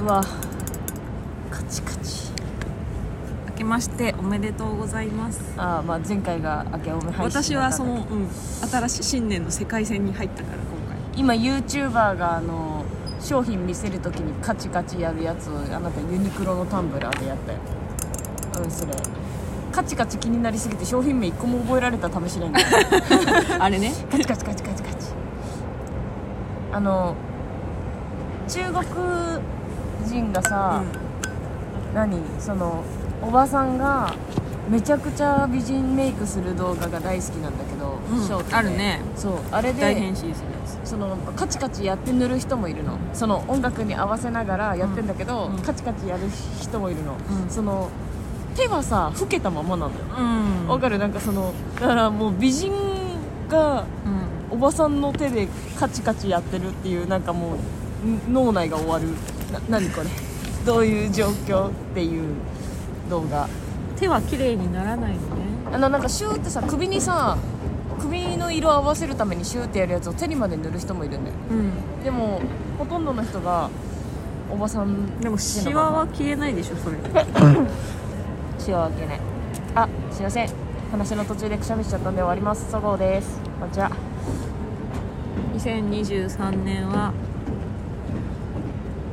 うわカチカチ明けましておめでとうございますああまあ前回が明けおめ配信だったんだけ私どはその、うん、新しい新年の世界線に入ったから今回今 YouTuber があの商品見せるときにカチカチやるやつをあなたユニクロのタンブラーでやったようんそれカチカチ気になりすぎて商品名一個も覚えられた試しないんだ よあれねカチカチカチカチカチあの中国人がさ、何そのおばさんがめちゃくちゃ美人メイクする動画が大好きなんだけど、うんショートであるねそうあれうん、大変で身するやつそのカチカチやって塗る人もいるのその音楽に合わせながらやってんだけど、うんうんカチカチやる人もいるの、うんその手はさ老けたままなんだようんわかるなんかそのだからもう美人がうおんばさんの手でカチカチやってるっていうなんかもうん脳内が終わるな何これ どういう状況っていう動画手は綺麗にならないのねあのなんかシューってさ首にさ首の色合わせるためにシューってやるやつを手にまで塗る人もいるんだようんでもほとんどの人がおばさんでもシワは消えないでしょそれしわけないあすいません話の途中でくしゃみしちゃったんで終わりますそごうですこんにちは2023年は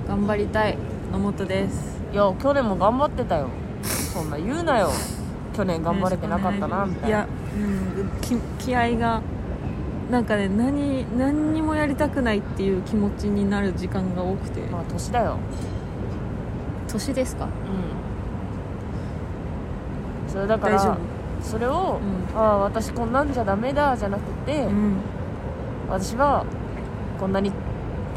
頑張りたい野本ですいや去年も頑張ってたよそんな言うなよ去年頑張れてなかったなみたいいなや、うん、き気合がなんかね何何にもやりたくないっていう気持ちになる時間が多くてまあ年だよ年ですかうんそれだか大丈ら夫それを、うああ私こんなんじゃダメだじゃなくて、うん私はこんなに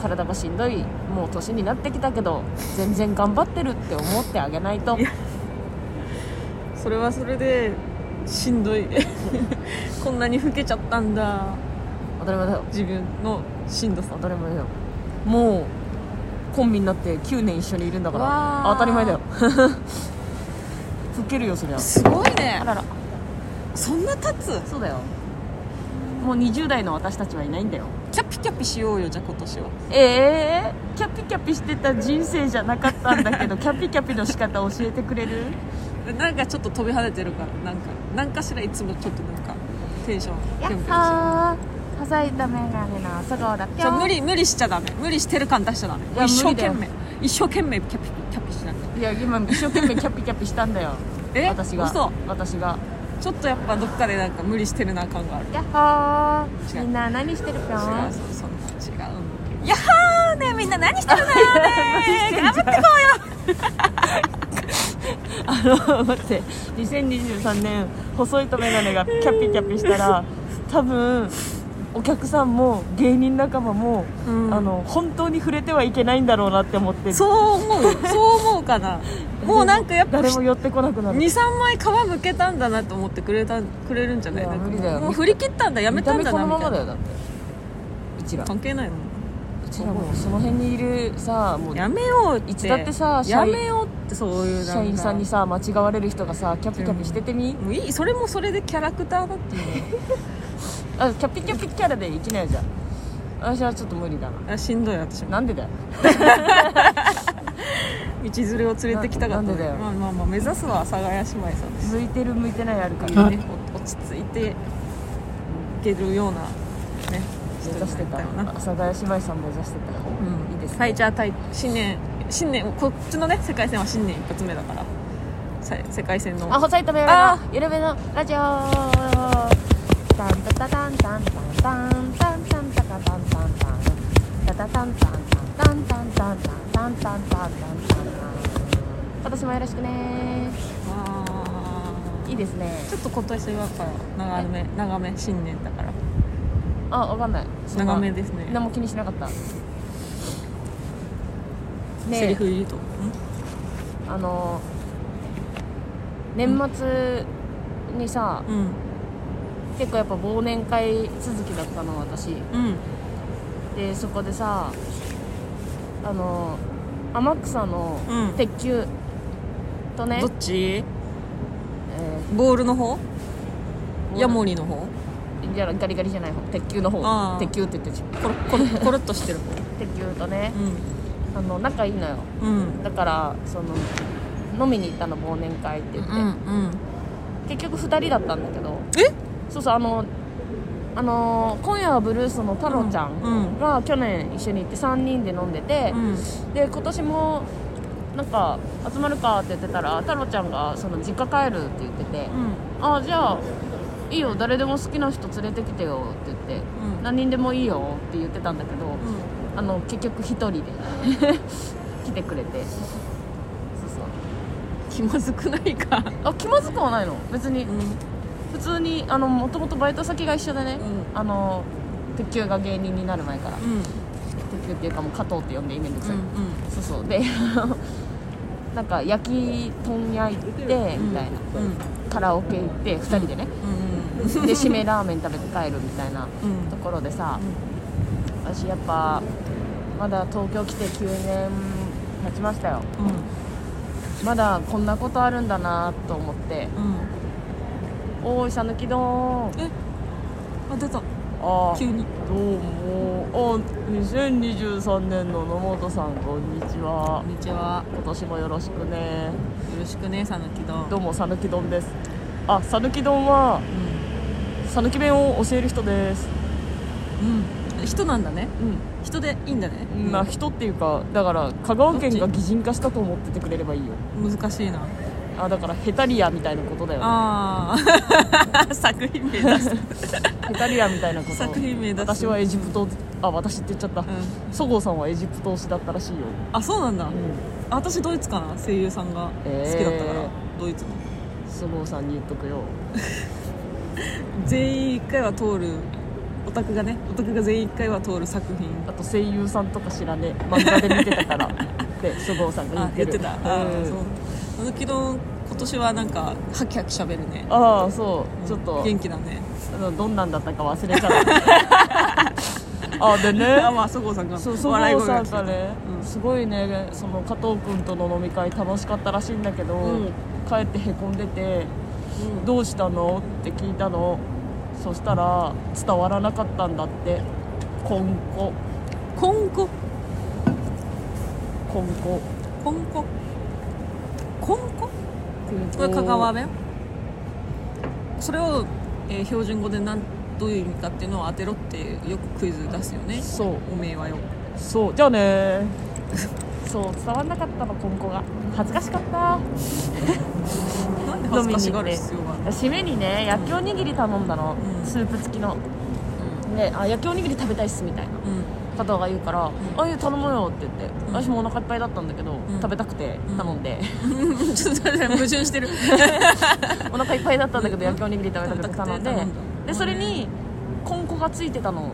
体がしんどいもう年になってきたけど全然頑張ってるって思ってあげないといやそれはそれでしんどい こんなに老けちゃったんだ当たり前だよ自分のしんどさ当たり前だよもうコンビになって9年一緒にいるんだかわらー当たり前だよ 吹けるよそりゃすごいねあららそんな経つそうだよもう20代の私たちはいないんだよキャピキャピしようよじゃあ今年はええキャピキャピしてた人生じゃなかったんだ けどキャピキャピの仕方教えてくれるなんかちょっと飛び跳ねてるからなんかなんかしらいつもちょっとなんかテンションやっンンはーはさいたメガネの佐川だぴしちゃょうん無理無理しちゃダメ無理してる感出しちゃダメいや一無理生だ懸よ命一生懸命キャピキャピしなきゃいや今一生懸命キャピキャピしたんだよえ私が嘘私がちょっとやっぱどっかでなんか無理してるな感があるやっは違ーうみんな何してるぴょん違うそうそんな違うやっはーねみんな何してるのーね頑張ってこあの待って2023年細いとメガネがキャピキャピした ら多分お客さんも芸人仲間も、う、う んあの本当に触れてはいけないんだろうなって思ってそう 思うそう思うかなもうなんかやっぱ誰も寄ってこなくなる23枚皮むけたんだなと思ってくれたくれるんじゃないいやなんか無理だよもう振り切ったんだやめたんだな見た目このみまたまいだなよだってうちら関係ないのうちらもうその辺にいるさもうやめようっていつだってさ社や員めようってそういうなんか社員さんにさ間違われる人がさキャピキャピしててみ、もういいそれもそれでキャラクターだっ ていうあキャピキャピキャラでいきなよじゃあ私はちょっと無理だなのあしんどい私もなんでだよ道連れを連れてきたかななったんでだよまあまあまあ目指すは阿佐ヶ谷姉妹さんです向いてる向いてないあるからね、お落ち着いていけるようなね目指してた人になり阿いよ佐ヶ谷姉妹さん目指してた、うんいいですねはいじゃあタイ新年新年こっちのね世界線は新年一発目だからさ世界線のあ細いとめあのゆるめのラジオタンタタタンタンタンタンタンタカタンタンタンタタタンタンタンタンタンタンタンタンタンタンタン今年もよろしくねあーいいですねちょっと今年はやっぱ長め長め新年だからあわかんないそんな長めですね何も気にしなかったねセリフ入りとあの年末にさ、うん結構やっぱ忘年会続きだったの私うんでそこでさあの天草のうん鉄球とね、どっちえボールの方ーヤモリの方じゃガリガリじゃない方鉄球の方あー鉄球って言ってるしコロコロコロっとしてる方鉄球とねうあの仲いいのようんだからその飲みに行ったの忘年会って言って、うんうん結局2人だったんだけどえそうそうあのあのー今夜はブルースの太郎ちゃうんんが去年一緒に行って3人で飲んでて、うんで今年もなんか集まるかって言ってたら太郎ちゃんがその実家帰るって言ってて、うんああじゃあいいよ誰でも好きな人連れてきてよって言って、うん何人でもいいよって言ってたんだけど、あの結局一人で 来てくれてそうそう気まずくないかあ気まずくはないの別にうん普通にあのもともとバイト先が一緒でね、うあの鉄球が芸人になる前からうん鉄球っていうかもう加藤って呼んでいいめんどくうさい、んそうそうでなんか焼き豚焼いてみたいな、うんうんカラオケ行って2人でね、うんで締めラーメン食べて帰るみたいなうんところでさ、私やっぱまだ東京来て9年経ちましたようんまだこんなことあるんだなと思って「うんおーいさぬきどん」えあ出たあー急にどうもあ2023年の野本さんこんにちはんにちは今年もよろしくねよろしくねさぬきどどうもさぬきどんですあさぬきどんはうさぬき弁を教える人ですんうん人なんだねうん人でいいんだねまあ人っていうかだから香川県が擬人化したと思っててくれればいいよ難しいなあだからヘタリアみたいなことだよねああ作品名出すヘタリアみたいなこと作品名出す私はエジプトあ私って言っちゃった、うんそごうさんはエジプト推しだったらしいよ、あそうなんだあ私ドイツかな声優さんが好きだったから、えドイツのそごうさんに言っとくよ全員一回は通るオタクがねオタクが全員一回は通る作品あと声優さんとか知らねえ漫画で見てたから ってそごうさんが言あって言っるてたあうーんそうあの昨日今年はなんかハキハキしゃべるねああそう、ちょっと元気だねあのどんなんだったか忘れちゃった あでねあまあそごうさんがそうそご笑いう声さがん聞がいね、うんすごいねその加藤君との飲み会楽しかったらしいんだけど、うん帰ってへこんでて「たどうしたの?」って聞いたのそしたら伝わらなかったんだって「今後うんコンコ今後コンココンコ今これ香川弁それを、えー標準語でなんどういう意味かっていうのを当てろってよくクイズ出すよねそうおめえはよそうじゃあねそう伝わらなかったの今後が恥ずかしかったなんで恥ずかしがる必要があるの締めにね焼きおにぎり頼んだの、うんスープ付きの、であ焼きおにぎり食べたいっすみたいな加藤が言うから「んあいいよ頼もうよ」って言って、うん私もお腹いっぱいだったんだけど、ん食べたくてうん頼んで、うん、ちょっと矛盾して るお腹いっぱいだったんだけうどん焼きおにぎり食べたくて頼んで、食べたくて頼んだでそれにこんこがついてたの、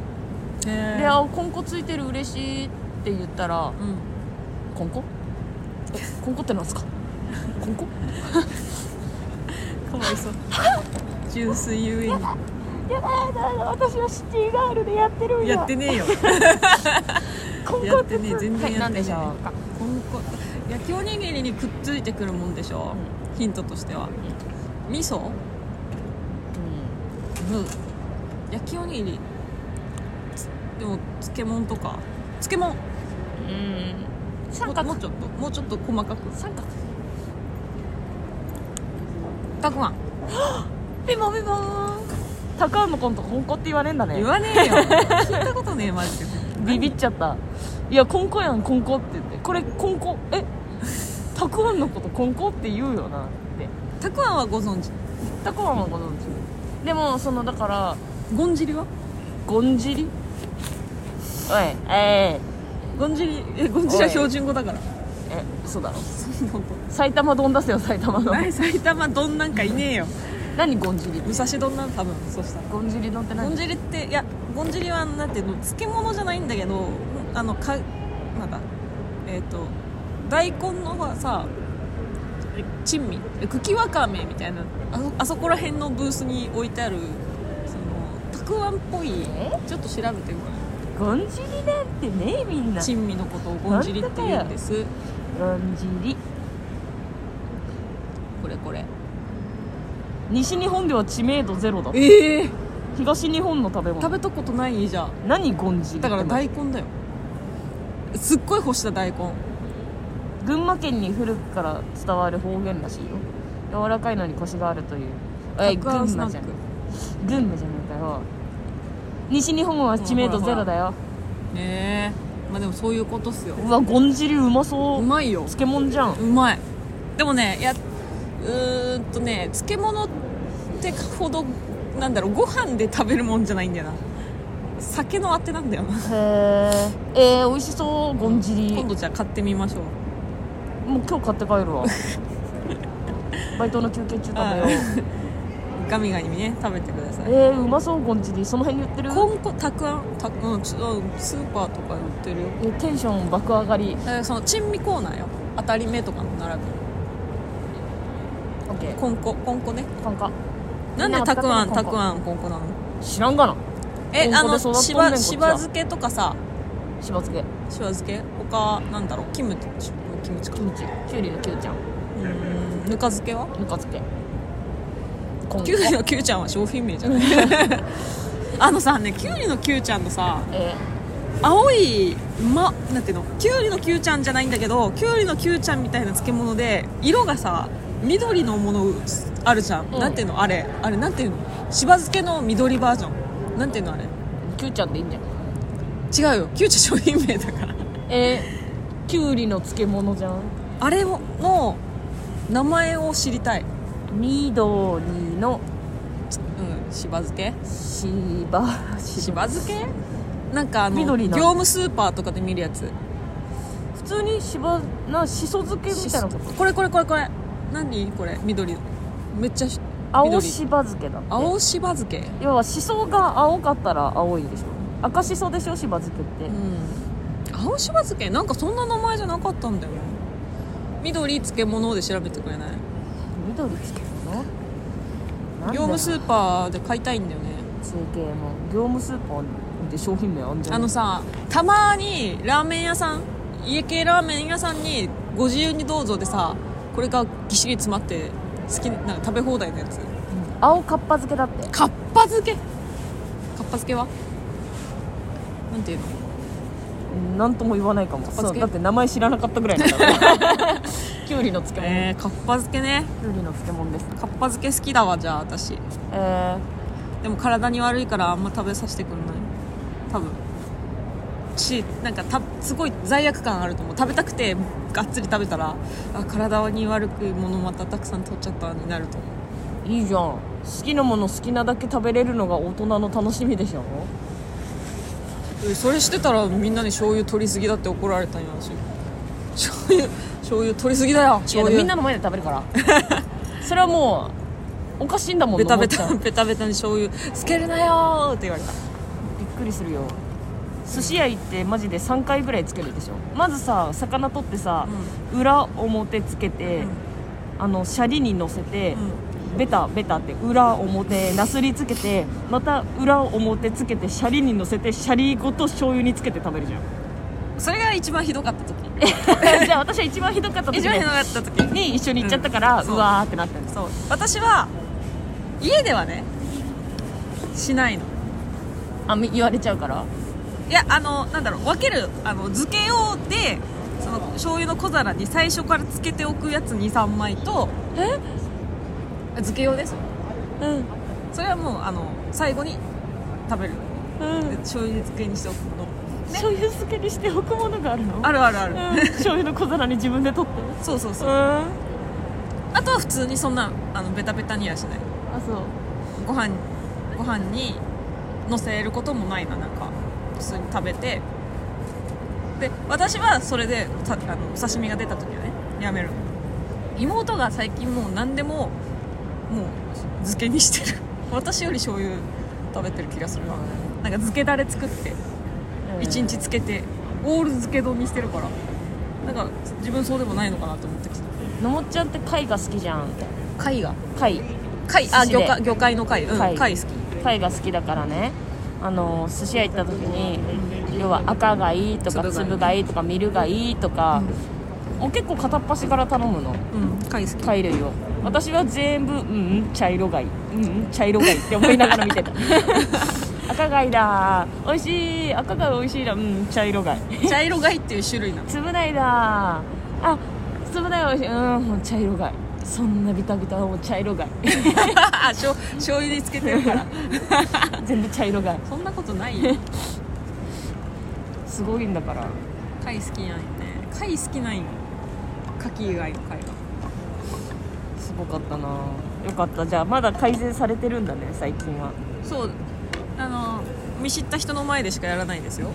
へえで「あこんこついてる嬉しい」って言ったらうん「こんこえこんこってなんですかこんこかわいそう 純粋ゆえやだやだ私はシティガールでやってるにやってねえよこ やってねえ全然やなっんてでねしえょうかこんこ焼きおにぎりにくっついてくるもんでしょ、ヒントとしては味噌ぶ焼きおにぎりつでも漬物とか漬物うん、うん、三もも角うちょっともうちょっと細かく三角たくあんピモピモーン高尾のコントこんこって言わねえんだね言わねえ よ聞いたことねえマジでビビっちゃったいやコンコやんコンコって言ってこれコンコえたくあんのことコンコって言うよなってたくあんはご存知たくあんはご存知でもそのだからゴン汁はゴンじりおいえゴン汁えゴンお汁はい標準語だからー、え嘘だろ そんなこと埼玉丼出せよ埼玉 のない埼玉丼なんかいねえよ何ゴンじり武蔵丼なん多分そしたらゴンじり丼ってゴン何汁っていやゴン汁はなんていうの漬物じゃないんだけどあのかなんだえっ、と大根のさえ珍味え茎わかめみたいなあそあそこら辺のブースに置いてあるそのたくあんっぽいえちょっと調べてごらんゴンじりなんてねえみんな珍味のことをゴン汁って言うんですゴンじりこれこれ西日本では知名度ゼロだええ東日本の食べ物食べたことないじゃん何ゴンじりだからって大根だよすっごい干した大根群馬県に古くから伝わる方言らしいよ柔らかいのにコシがあるというえ群たくあんスナ馬ッじゃんク群馬じゃねえかよ西日本は知名度ゼロだよねえまあでもそういうことっすようわゴン汁うまそううまいよ漬物じゃんうまいでもねやうーんとね漬物ってほどなんだろうご飯で食べるもんじゃないんだよな酒のあてなんだよなへーえー、美味しそうゴン汁今度じゃあ買ってみましょうもう今日買って帰る わバイトの休憩中食べようあガミガミにね食べてくださいえー、うまそうゴンチリその辺に売ってるコンコたくあんたく、うん、ちうんスーパーとかで売ってるよえーテンション爆上がりだからその珍味コーナーよ当たり目とかの並ぶオッケーコンココンコねカンカなんでたくあんみんなが使ってるのたくあんコンコなの知らんがなえコンあコでの育っとんねんしばこっちはしば漬けとかさしば漬けしば漬け他なんだろうキムチキムチかキムチキュウリのキュウちゃんうんぬか漬けはぬか漬けコンコキュウリのキュウちゃんは商品名 じゃないあのさねキュウリのキュウちゃんのさえ青い、ま、なんていうのキュウリのキュウちゃんじゃないんだけどキュウリのキュウちゃんみたいな漬物で色がさ緑のものあるじゃん、うんなんていうのあれあれなんていうのしば漬けの緑バージョンなんていうのあれー、キュウちゃんでいいんじゃん違うよキュウちゃん商品名だからえー、キュウリの漬物じゃんあれの名前を知りたい、緑のうん、しば漬けしばしば漬けなんかあの緑の業務スーパーとかで見るやつ普通にしばなしそ漬けみたいなことこれこれこれこれ何これ緑めっちゃし青緑しば漬けだって青しば漬け要はしそが青かったら青いでしょ赤しそでしょしば漬けって、うん青しば漬けなんかそんな名前じゃなかったんだよな緑漬物で調べてくれない緑つけるの業務スーパーで買いたいんだよね整形も業務スーパーで商品名あんじゃんあのさたまにラーメン屋さん家系ラーメン屋さんにご自由にどうぞでさこれがぎっしり詰まって好きなんか食べ放題のやつ青かっぱ漬けだってかっぱ漬けかっぱ漬けはなんていうの何とも言わないかもぱ漬そうけだって名前知らなかったぐらいなんだから きゅうりの漬物、えー、かっぱ漬けねきゅうりの漬物ですかっぱ漬け好きだわじゃあ私えでも体に悪いからあんま食べさせてくれない多分しなんかたすごい罪悪感あると思う食べたくてがっつり食べたらあ体に悪くものまたたくさん取っちゃったになると思うー、いいじゃん好きなもの好きなだけ食べれるのが大人の楽しみでしょえそれしてたらみんなに醤油取りすぎだって怒られたんやし醤油醤油取りすぎだよいや醤でも油みんなの前で食べるからそれはもうおかしいんだもんベタ思ベっタちゃうベタベタに醤油つけるなよーって言われたびっくりするよ寿司屋行ってマジで3回ぐらいつけるでしょまずさ魚取ってさ、裏表つけて、うんあのシャリに乗せて、うベタベタって裏表なすりつけてまた裏表つけてシャリに乗せてシャリごと醤油につけて食べるじ ゃんそれが一番ひどかった時んじゃあ私は一番ひどかった時一番ひどかった時に一緒に行っちゃったから、ううんそうわーってなったんですそう私は家ではねしないのあみ言われちゃうからいやあのなんだろう分けるあの漬け用でその醤油の小皿に最初から漬けておくやつ23枚とえ漬け用ですうんそれはもうあの最後に食べるで醤油漬けにしておくもの醤油漬けにしておくものがあるのあるあるある、うん醤油の小皿に自分で取ってそうそうそう、ああとは普通にそんなあのベタベタにはしないそうご飯ご飯にのせることもないななんか普通に食べてで私はそれでさあのお刺身が出た時はねやめる妹が最近もう何でももう漬けにしてる 私より醤油食べてる気がするななんか漬けだれ作って一日漬けてオール漬け丼にしてるからなんか自分そうでもないのかなと思ってきたのもっちゃんって貝が好きじゃん貝が貝貝あ寿司魚で介魚介の貝うん貝貝好き貝が好きだからねあの寿司屋行った時に要は赤貝とか粒貝粒貝とかミル貝とか、もう結構片っ端から頼むのうん貝好き貝類を 私は全部うんうん茶色貝うんうん茶色貝って思いながら見てた赤貝だ美味しい赤貝美味しいだうん茶色貝茶色貝っていう種類なのつぶないだあつぶない美味しいうん茶色貝そんなビタビタもう茶色貝 あしょ醤油につけてるから全部茶色貝 そんなことない よすごいんだから貝好きなんよね貝好きないの牡蠣以外の貝がすごかったなよかったじゃあまだ改善されてるんだね最近はそうあの見知った人の前でしかやらない ですよ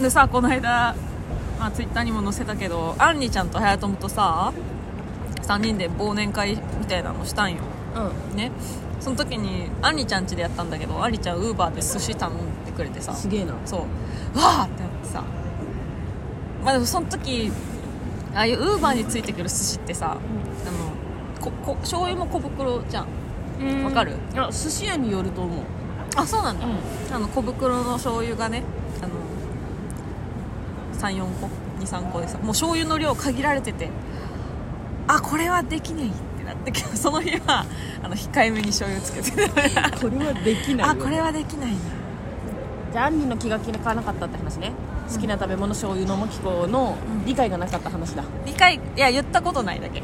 でさこの間、まあ、ツイッターにも載せたけどあんりちゃんとはやともとさ3人で忘年会みたいなのしたんようんねその時にあんりちゃん家でやったんだけどあんりちゃんウーバーで寿司頼んでくれてさすげえなそうわーってなってさまあでもその時ああいうウーバーについてくる寿司ってさ、あのここ醤油も小袋じゃんわかるあ寿司屋によると思うあそうなんだ、うあの小袋の醤油がねあの34個23個でさもう醤油の量限られててあこれはできないってなってけ どその日はあの控えめに醤油つけてこれはでき あこれはできないなじゃあアンリの気が利かなかったって話ね好きな食べ物醤油のもきこのうん理解がなかった話 だ、理解いや言ったことないだけ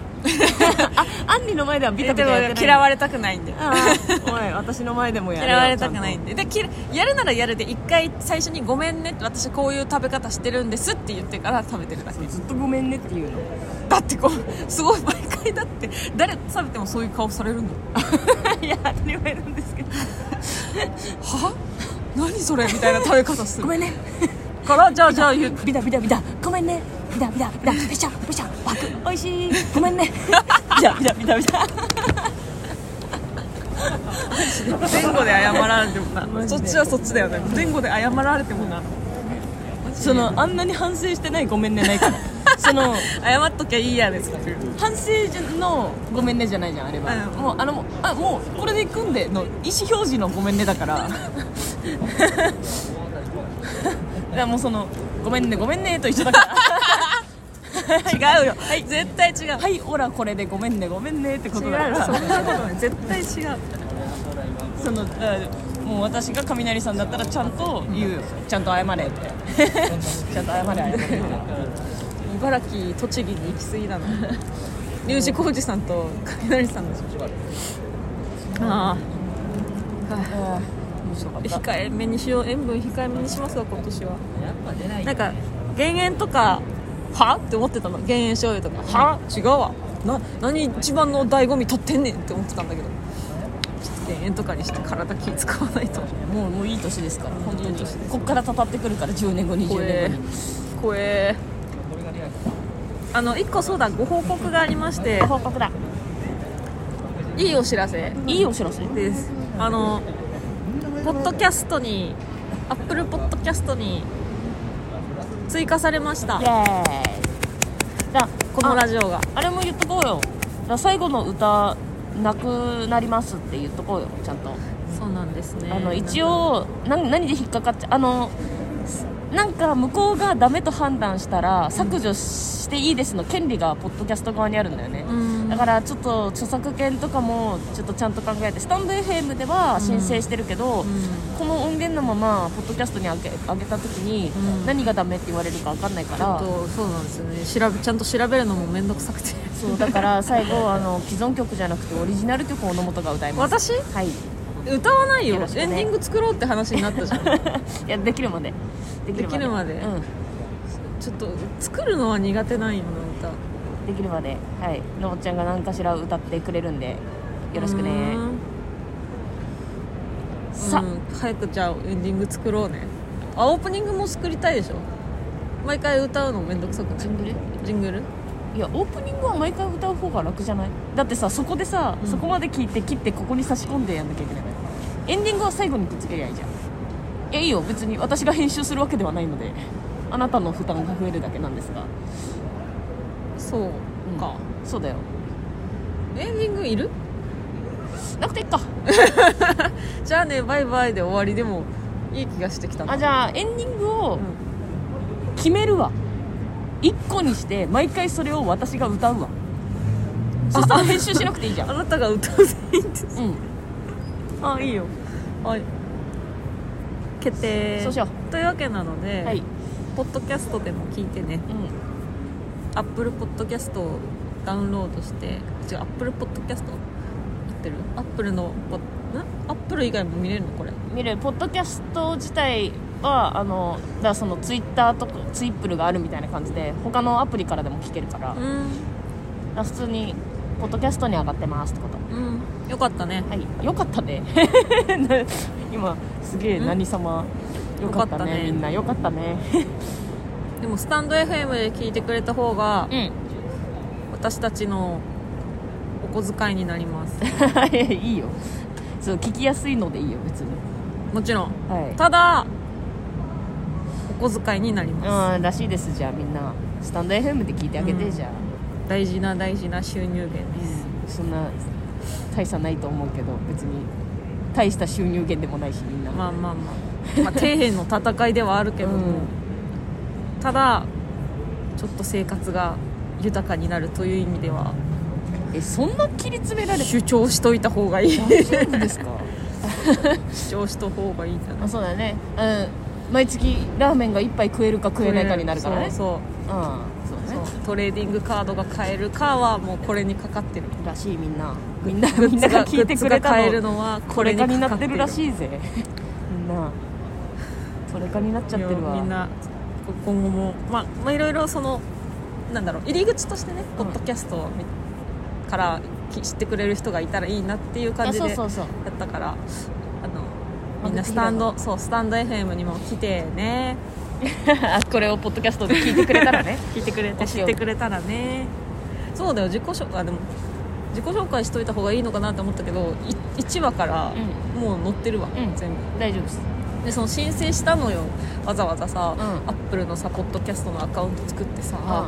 あアンリの前ではビタビタやってない嫌われたくないんでああおい私の前でもやれよ嫌われたくないちゃんんでできやるならやるで一回最初に「ごめんね」って私こういう食べ方してるんですって言ってから食べてるだけとずっとごめんねって言うのだってこうすごい毎回だって誰食べてもそういう顔されるの いや当たり前なんですけどは何それみたいな食べ方すごめるんねからじゃあじゃあ 言うビタビタビタごめんねビタビタビタペシャペシャパクおいしいごめんねビタビタビタビタ前後で謝られても マなジでそっちはそっちだよね前後で謝られてもなそのあんなに反省してないごめんねない からその謝っときゃいいやですっていう反省のごめんねじゃないじゃんあれは、うんもうあのあもうこれで行くんでの意思表示のごめんねだからだ からもうそのごめんねごめんねと一緒だから違うよ、絶対違うはいオラこれでごめんねごめんねってこと違うだかそんらなことない絶対違うそのうんもう私が雷さんだったらちゃんと言うよちゃんと謝れって ちゃんと謝れ謝れ茨城栃木に行き過ぎだな U 字工事さんと雷さんのああ面白かあった控えめにしよう塩分控えめにしますわ今年はやっぱ出ないなんか減塩とかはって思ってたの減塩醤油とかは違うわな何一番の醍醐味取ってんねんって思ってたんだけどちょっと減塩とかにして体気使わないともうもういい年ですから本当にこっからたたってくるから10年後20怖え年後に怖えあの1個そうだご報告がありまして報告だいいお知らせいいお知らせですあのポッドキャストにアップルポッドキャストに追加されましたイエーイじゃあこのラジオがあれも言っとこうよだから最後の歌なくなりますって言っとこうよちゃんと、そうなんですねあの一応な何で引っかかっちゃあのすなんか向こうがダメと判断したら削除していいですの権利がポッドキャスト側にあるんだよね、うんだからちょっと著作権とかもちょっとちゃんと考えてスタンド FM では申請してるけど、うんこの音源のままポッドキャストに上げ上げた時にうん何がダメって言われるか分かんないかちょらっ、とそうなんですよね調べちゃんと調べるのも面倒くさくて そうだから最後あの既存曲じゃなくてオリジナル曲を野本が歌います私はいい歌わないよよろしくねエンディング作ろうって話になったじゃんやできるまででできるまでうんちょっと作るのは苦手なんよなできるまではいのぼちゃんが何かしら歌ってくれるんで歌よろしくねうんさうん早くじゃあエンディング作ろうねあオープニングも作りたいでしょ毎回歌うのめんどくさくないジングルジングルいやオープニングは毎回歌う方が楽じゃないだってさそこでさ、うんそこまで聞いて切ってここに差し込んでやんなきゃいけないエンディングは最後にくっつけりゃいいじゃんいやいいよ別に私が編集するわけではないのであなたの負担が増えるだけなんですが、そうか、うんそうだよエンディングいるなくていいかじゃあねバイバイで終わりでもいい気がしてきたなあじゃあエンディングをうん決めるわ1個にして毎回それを私が歌う わそしたら編集しなくていいじゃんあなたが歌うでいいんですうんあいいよはい決定そうしよというわけなので、うはい、ポッドキャストでも聞いてねうアップルポッドキャストをダウンロードして違うアップルポッドキャスト合ってるアップルのポんアップル以外も見れるのこれん、見るポッドキャスト自体はあのだからそのツイッターとかツイップルがあるみたいな感じで他のアプリからでも聞けるから,、うん普通にポッドキャストに上がってますってことうんよかったねはいよかったね 今すげえ何様よかったねよかったねみんなよかったねでもスタンド FM で聞いてくれた方がうん私たちのお小遣いになりますいいよそう聞きやすいのでいいよ別にもちろんはいただお小遣いになりますうんらしいですじゃあみんなスタンド FM で聞いてあげて、うんじゃあ、大事な大事な収入源ですそんな大差ないと思うけど別に大した収入源でもないしみんな、まあまあまあ、まあ、底辺の戦いではあるけうども、ん、ただちょっと生活が豊かになるという意味ではえそんな切り詰められて主張しといた方がいい大丈夫ですか主張した方がいいんじゃな あいそうだねうん毎月ラーメンが一杯食えるか食えないかになるからねそううんそうそうねそうトレーディングカードが買えるかはもうこれにかかってるらしいみんなみんなみんなが聞いてくれグッズがた買えるののはここれれにかかにかってるなってるらしいぜみんなそれかになっちゃってるわみんな今後もまあまあいろいろそのなんだろう入り口としてね、ポッドキャストをみからき知ってくれる人がいたらいいなっていう感あじそうでそうそう だったからあのみんまなあスタンドそうスタンド FM にも来てねこれをポッドキャストで聞いてくれたらね 聞いてくれて教え知よっうてくれたらねそうだよ自己紹介あでも自己紹介しといた方がいいのかなって思ったけどい1話からもう載ってるわ、うん全部大丈夫ですでその申請したのよわざわざさ、うんアップルのさポッドキャストのアカウント作ってさ、うでなんか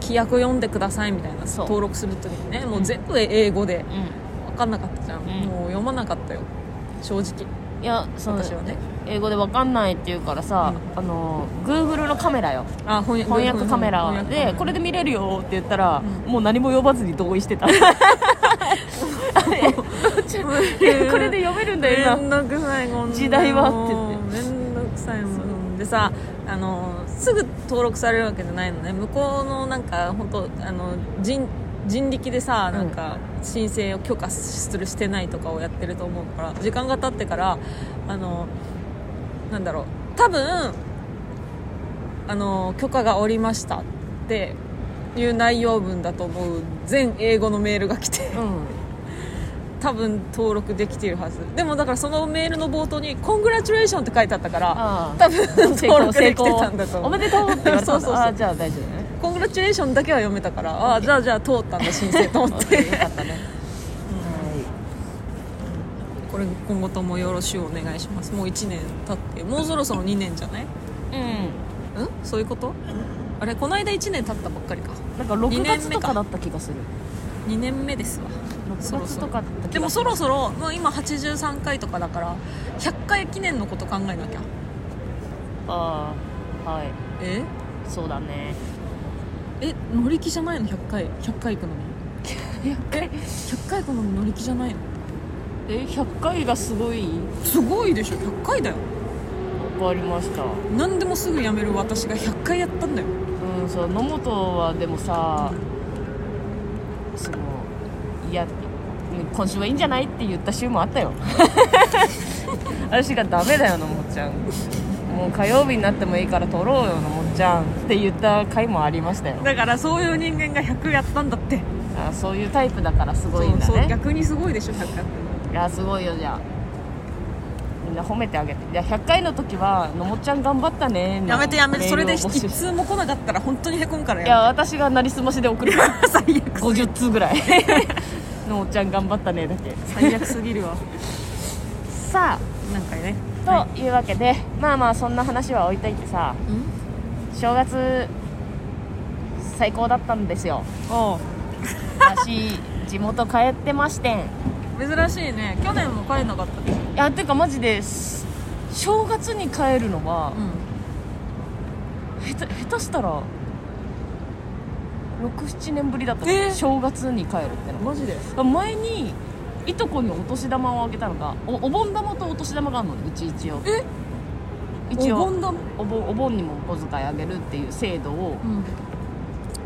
規約読んでくださいみたいなそう登録する時にねもう全部英語でう分かんなかったじゃん、んもう読まなかったよ正直んいやその私はね英語でわかんないっていうからさ、あの Google のカメラよあ翻訳翻訳カメラ翻訳カメでこれで見れるよって言ったら、うもう何も呼ばずに同意 してた う んこれで読めるんだよめな、んどくさいこんなの時代はってめんどくさいもんでさあのすぐ登録されるわけじゃないのね向こうのなんか本当あの人人力でさなんか申請を許可するしてないとかをやってると思うから時間が経ってからあのなんだろう多分あの許可がおりましたっていう内容文だと思う全英語のメールが来てうん、多分登録できているはずでもだからそのメールの冒頭に「コングラチュレーション」って書いてあったからああ多分 登録できてたんだとお思めうでとうって言われたんだそうそうそうああじゃあ大丈夫だねコングラチュレーションだけは読めたからああじゃあじゃあ通ったんだ申請と思って よ かったね、これ今後ともよろしゅうお願いしますもう1年経ってもうそろそろ2年じゃないんはいそういうことあれこの間1年経ったばっかりかうんなんか二6年月目とかかだった気がする2年目ですわそ6ろそ月ろとかだった気でもがするそろそろもう今83回とかだから100回記念のこと考えなきゃああはいえそうだ ねえ乗り気じゃないの100回100回行くのに100回100回この乗り気じゃないのえ100回がすごいすごいでしょ100回だよわかりました何でもすぐやめる私が100回やったんだようんそう野本はでもさそのいや今週はいいんじゃないって言った週もあ ったよ私が「ダメだよ野本ちゃんもう火曜日になってもいいから撮ろうよ野本ちゃん」って言った回もありましたよだからそういう人間が100やったんだってあそういうタイプだからすごいんだそうそうね逆にすごいでしょ100回いやすごいよじゃあみんな褒めてあげていや100回の時は「野本ちゃん頑張ったね」のやめてやめてメそールれをで募集1通も来なかったら本当にへこむかいらやや私がなりすましで送るからめて 最悪50通ぐら いのおっちゃん頑張ったねだけ最悪すぎるわさなんかねあというわけで、まあまあそんな話は置いといてさうん正月最高だったんですよおう 私地元帰ってましてんい珍しいね去年も帰んなかったでしょやてかマジです正月に帰るのは、うへた下手したら67年ぶりだと思う、えー正月に帰るってのんマジで前にいとこにお年玉をあげたのがおお盆玉とお年玉があるのねうち一応え一応お盆だもお盆お盆にもお小遣いあげるっていう制度を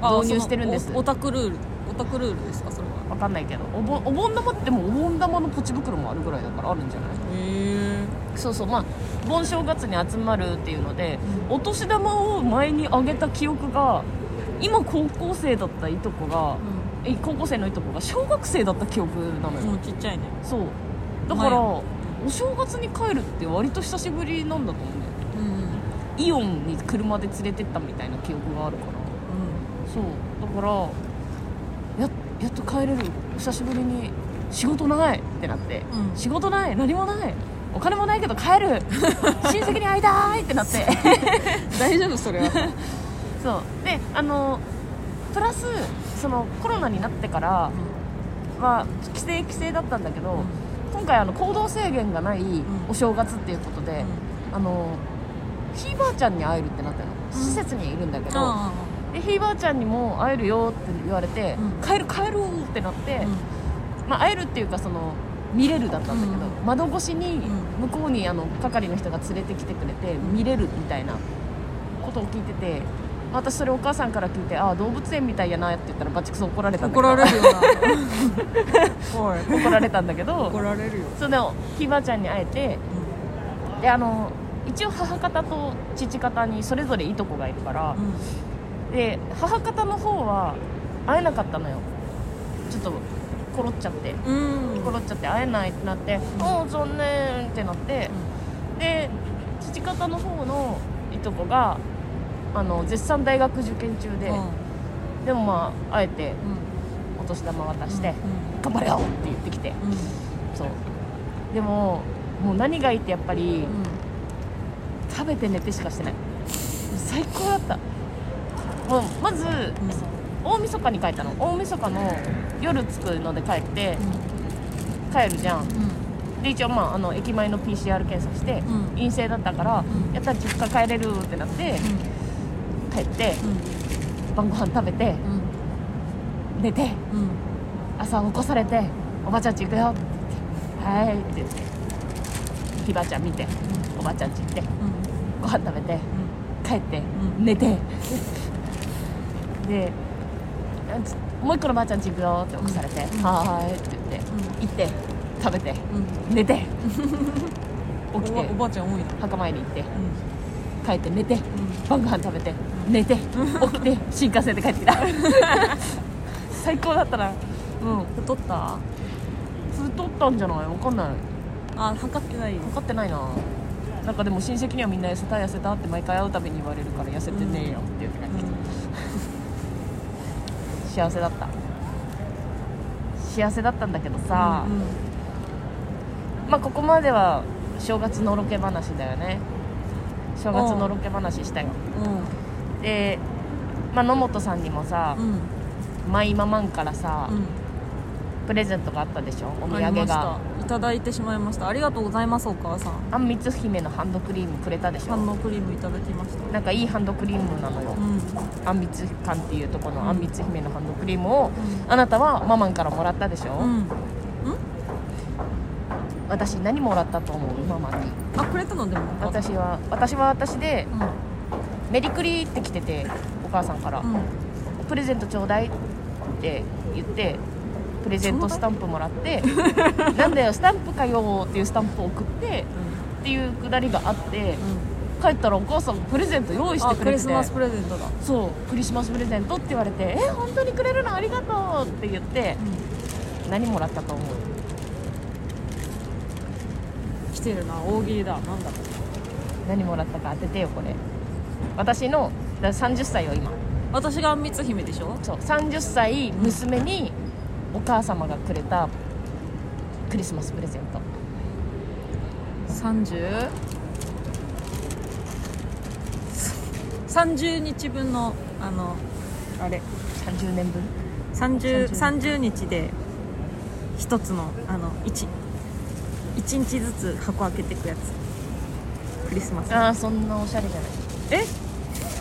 あ導入してるんですそのおオタクルールオタクルールですかそれはわかんないけどお盆お盆玉ってもうお盆玉のポチ袋もあるぐらいだからあるんじゃないへそうそうまあ盆正月に集まるっていうのでお年玉を前にあげた記憶が今高校生だったいとこが、え高校生のいとこが小学生だった記憶なのえよ、もうちっちゃいねそうだから前お正月に帰るって割と久しぶりなんだと思うねうんイオンに車で連れてったみたいな記憶があるからそうだからややっと帰れる久しぶりに仕事ないってなって、うん仕事ない何もないお金もないけど帰 る親戚に会いたいってな って大丈夫それは そうであのプラスそのコロナになってからは規制規制だったんだけど、今回あの行動制限がないお正月っていうことで、あのひいばあちゃんに会えるってなったの施設にいるんだけど、あでひいばあちゃんにも会えるよって言われて、うん帰る帰ろうってなって、あまあ、会えるっていうかその見れるだったんだけど、う窓越しにう向こうにあの係の人が連れてきてくれて見れるみたいなことを聞いてて。まあ私それお母さんから聞いて「ああ動物園みたいやな」って言ったらバチクソ怒られたんだけ怒どられるよなおい 怒られたんだけど 怒られるよそのひいばあちゃんに会えてであの一応母方と父方にそれぞれいとこがいるから、で母方の方は会えなかったのよちょっとコロっちゃってうんコロっちゃって会えないってなって「もう残念」ってなってで父方の方のいとこがあの絶賛大学受験中で、でもまあ会えてお年玉渡して「頑張れよ!」って言ってきてそうでももう何がいいってやっぱり食べて寝てしかしてない最高だったもうまず大晦日に帰ったの大晦日の夜着くので帰って帰るじゃんで一応まああの駅前の PCR 検査して、うん陰性だったから、うんやったら実家帰れるってなって、帰って晩ご飯食べて寝て朝起こされて「おばちゃんち行くよ」って言って「はい」って言ってひばちゃん見ておばちゃんち行ってご飯食べて帰って、うん寝てであちもう一個のばあちゃんち行くよって起こされて「うんはーい」って言って行って食べて寝 て起きおばておばあちゃん多いな墓参り行って帰って寝て晩ご飯食べて寝 て起きて新幹線で帰ってきた 最高だったなうん太った太ったんじゃないわかんないあ測ってないよ分かってないななんかでも親戚にはみんな痩せた痩せたって毎回会うたびに言われるから痩せてねえよって言って帰ってきた、幸せだった幸せだったんだけどさ、まあここまでは正月のろけ話だよね正月のろけ話したよで、まあ、野本さんにもさ、マイママンからさ、プレゼントがあったでしょお土あり産ましがたいただいてしまいましたありがとうございますお母さんあんみつ姫のハンドクリームくれたでし反ょ応クリームいただきましたなんかいいハンドクリームなのようんあんみつ館っていうとこのあんみつ姫のハンドクリームをあなたはママンからもらったでしょ、うん私何もらったと思うママにあくれたのでも私は私は私でうん「メリクリ」って来ててお母さんからうん「プレゼントちょうだい」って言ってプレゼントスタンプもら って「なんだよスタンプかよ」っていうスタンプを送ってっていうくだりがあって帰ったらお母さんがプレゼント用意してあくクれリてスてマスプレゼントだそうクリスマスプレゼントって言われて「え本当にくれるのありがとう」って言って何もらったと思う来てるな大喜利だなんだろう何もらったか当ててよこれ私のだから30歳よ今私が三つ姫でしょそう30歳娘にお母様がくれたクリスマスプレゼント3030日分のあのあれ30年分30 30, 30日で一つのあの 1, 一日ずつ箱開けていくやつクリスマスああそんなおしゃれじゃないえ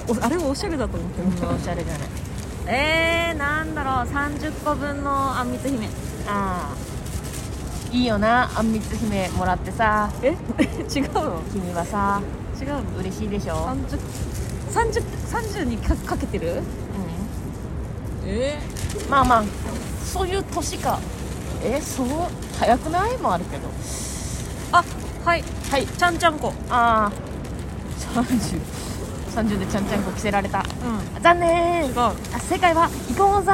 おあれはおしゃれだと思ってそんなおしゃれじゃない えー、なんだろう30個分のあんみつ姫ああいいよなあんみつ姫もらってさえ違うの君はさ違うの嬉しいでしょ、 3030 30にかかけてるうえん、まあまあそういう年かえそう早くないもあるけどあはいはいちゃんちゃんこああ3030でちゃんちゃんこ着せられたうん残念違うあ正解は「いこうざ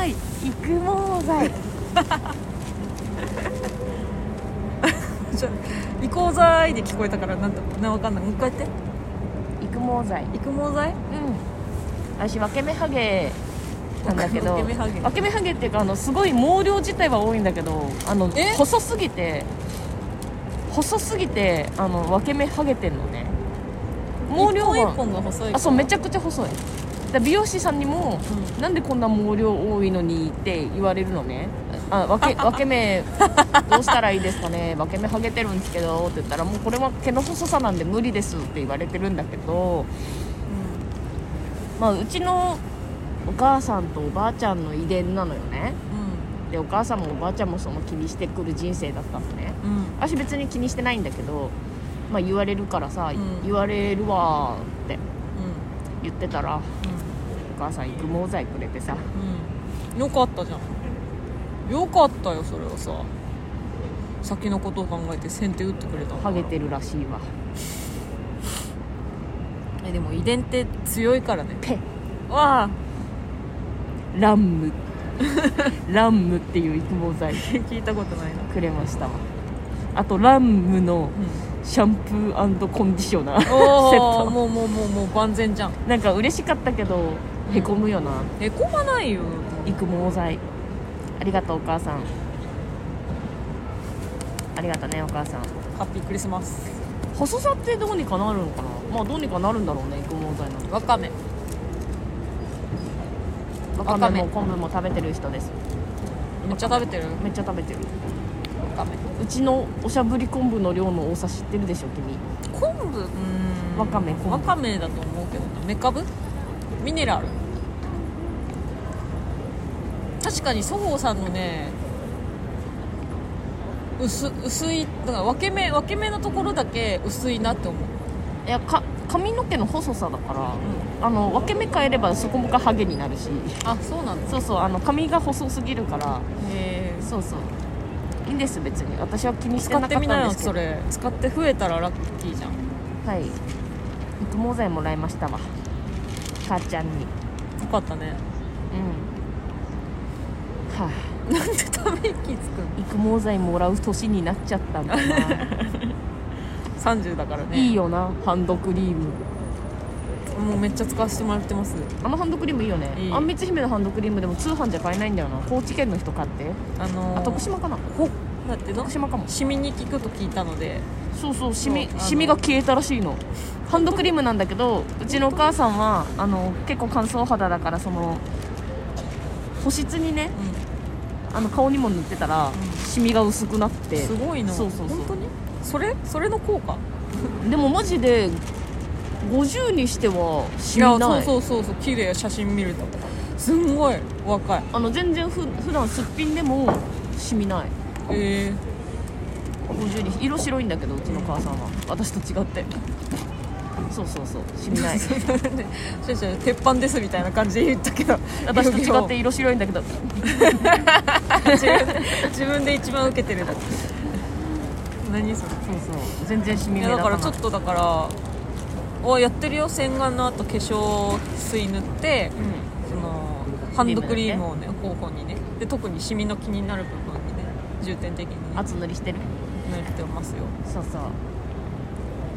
ーい」「いくもうざい」じゃあ行こうざーいで聞こえたからなんだなわかんないもう一回やって「いくもうざい」行くもうざいうん私わけめハゲなんだけどわけめハゲわけめハゲっていうかあのすごい毛量自体は多いんだけどあのえ細すぎて細すぎてあのわけめハゲてんのね毛量一本は一本が細いあそうめちゃゃくちゃ細いだ美容師さんにも、なんでこんな毛量多いのにって言われるのねあ分 け分け目どうしたらいいですかね分け目ハゲてるんですけどって言ったらもうこれは毛の細さなんで無理ですって言われてるんだけど、まあ、うちのお母さんとおばあちゃんの遺伝なのよねでお母さんもおばあちゃんもその気にしてくる人生だったのねうんうん私別に気にしてないんだけど、まあ、言われるからさ、うん言われるわーってう言ってたらお母さん育毛剤くれてさんうんよかったじゃんよかったよそれはさ先のことを考えて先手打ってくれたんだハからゲてるらしいわえでも遺伝って強いからねペわあランム ランムっていう育毛剤聞いたことないな くれましたわあとランムのうんシャンプーコンディショナーセッおおトもうもうもうもう万全じゃんなんか嬉しかったけどへこむよなへこまないよ育毛剤ありがとうお母さんありがとねお母さんハッピークリスマス細さってどうにかなるのかなまあどうにかなるんだろうね育毛剤なわかめのわわかかめめも昆布も食べてる人ですめっちゃ食べてるめっちゃ食べてるわかめうちのおしゃぶり昆布の量の多さ知ってるでしょ君昆布うんわかめ昆布わかめだと思うけどなめかぶミネラル確かにそごうさんのね薄薄いだから分け目分け目のところだけ薄いなって思う、いやか髪の毛の細さだからあの分け目変えればそこもがハゲになるしあそうなんだそうそうあの髪が細すぎるからへえそうそういいんです別に私は気にして使っなてかっみなたんよですけどそれ使って増えたらラッキーじゃんよはい育毛剤もらいましたわ母ちゃんにかったねうんはあなんでため息つくの育毛剤もらう年になっちゃったんだ な30だからねいいよなハンドクリームもうめっちゃ使わせてもらってますあのハンドクリームいいよねいいあんみつ姫のハンドクリームでも通販じゃ買えないんだよな高知県の人買ってあのー、あ徳島かなほだっての徳島かもシミに効くと聞いたのでそうそうシミそうあのシミが消えたらしいのハンドクリームなんだけどうちのお母さんはあの結構乾燥肌だからその保湿にねあの顔にも塗ってたら、んシミが薄くなってすごいなそうそうそう本当にそれそれの効果でもマジで50にしてはシいミやないそうそうそうそう綺麗写真見るとすんごい若いあの全然ふ普段すっぴんでもシミないえ50に色白いんだけどうちの母さんは私と違ってそうそうそうシミないえー、しゅ鉄板ですみたいな感じで言ったけど私と違って色白いんだけど自分 自分で一番受けてるだけ何それそうそう全然シミい目や立だたかならいちょっとだからおやってるよ洗顔の後化粧水塗ってうそのハンドクリームをね候補にねで特にシミの気になる部分にね重点的にんね厚塗りしてる塗ってますよそうそう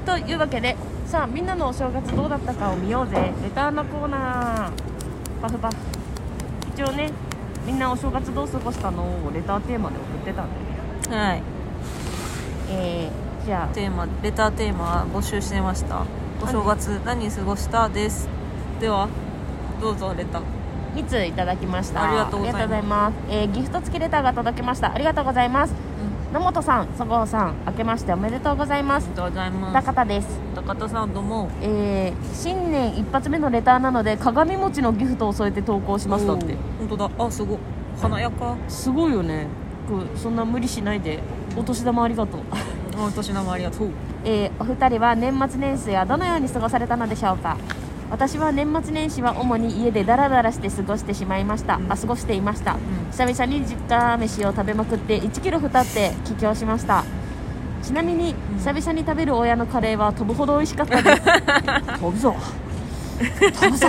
というわけでさあみんなのお正月どうだったかを見ようぜレターのコーナーパフパフ一応ねみんなお正月どう過ごしたのをレターテーマで送ってたんでねはいえー、じゃあテーマレターテーマ募集してましたお正月何過ごしたですではどうぞレター2通いただきましたありがとうございますありますえーギフト付きレターが届きましたありがとうございます野本さんそごうさん明けましておめでとうございまあすりがとうございます高田です高田さんどうもえー新年一発目のレターなので鏡餅のギフトを添えて投稿しますだっておー本当だあすごい華やかすごいよねこうそんな無理しないでお年玉ありがとうお年玉ありがとう えーお二人は年末年始はどのように過ごされたのでしょうか私は年末年始は主に家でダラダラして過ごしてしまいました、うんあ過ごしていました、ん久々に実家飯を食べまくって1キロ太って帰郷しましたちなみに、ん久々に食べる親のカレーは飛ぶほど美味しかった です飛ぶぞ飛ぶぞ、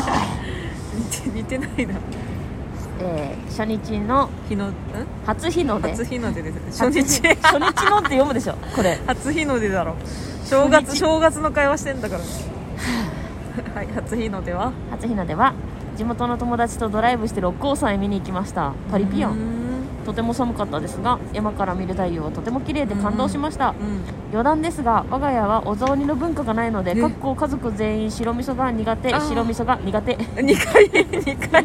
似て似てないなえー初日の日のん初日の出初日の出です初初日日初日のって読むでしょこれ初日の出だろ正月初日正月の会話してんだ からはい初日の出は初日の出は地元の友達とドライブして六甲山へ見に行きましたパリピヨうーンんとても寒かったですが山から見る太陽はとても綺麗で感動しましたうん余談ですが我が家はお雑煮の文化がないのでえかっこ家族全員白味噌が苦手あー白味噌が苦手2回2回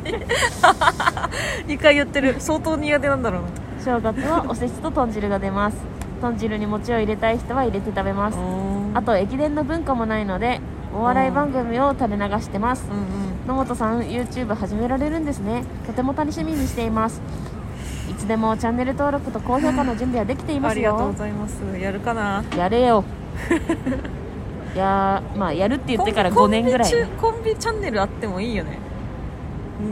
2回言ってる相当苦手なんだろうな正月はおせちと豚汁が出ます豚汁に餅を入れたい人は入れて食べますあとと駅伝の文化もないのでお笑い番組を垂れ流してますうんうん野本さん YouTube 始められるんですねとても楽しみにしていますいつでもチャンネル登録と高評価の準備はできていまあすりがとうごよざいますやるかなやれよ いやーまあやるって言ってから5年ぐらいコンビ中コンビチャンネルあってもいいよね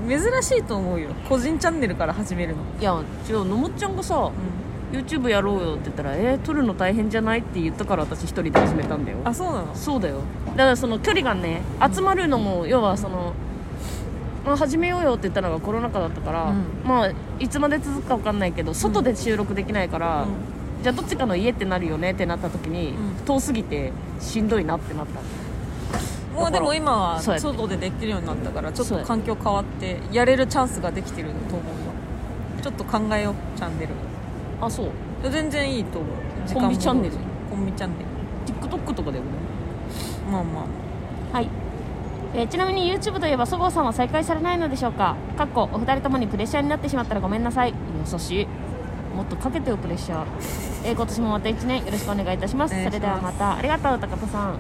珍しいと思うよ個人チャンネルから始めるの、いや違うのもっちゃんがさ YouTube やろうよって言ったら「えー、撮るの大変じゃない?」って言ったから私一人で始めたんだよあそうなのそうだよだからその距離がね集まるのも要はその、まあ、始めようよって言ったのがコロナ禍だったから、うんまあいつまで続くか分かんないけど外で収録できないから、うじゃあどっちかの家ってなるよねってなった時に、う遠すぎてしんどいなってなったんもうでも今はそうやって外でできるようになったからちょっそうとや環境変わってやれるチャンスができてると思うよちょっと考えようチャンネルあそう全然いいと思う時間コンビチャンネルもコンビチャンネル TikTok とかだよねまあまあはい、えーちなみに YouTube といえばそごうさんは再開されないのでしょうかかっこお二人ともにプレッシャーになってしまったらごめんなさい優しいもっとかけてよプレッシャー、えー今年もまた1年よろしくお願いいたしますお願そいしますれではまたありがとう高田さん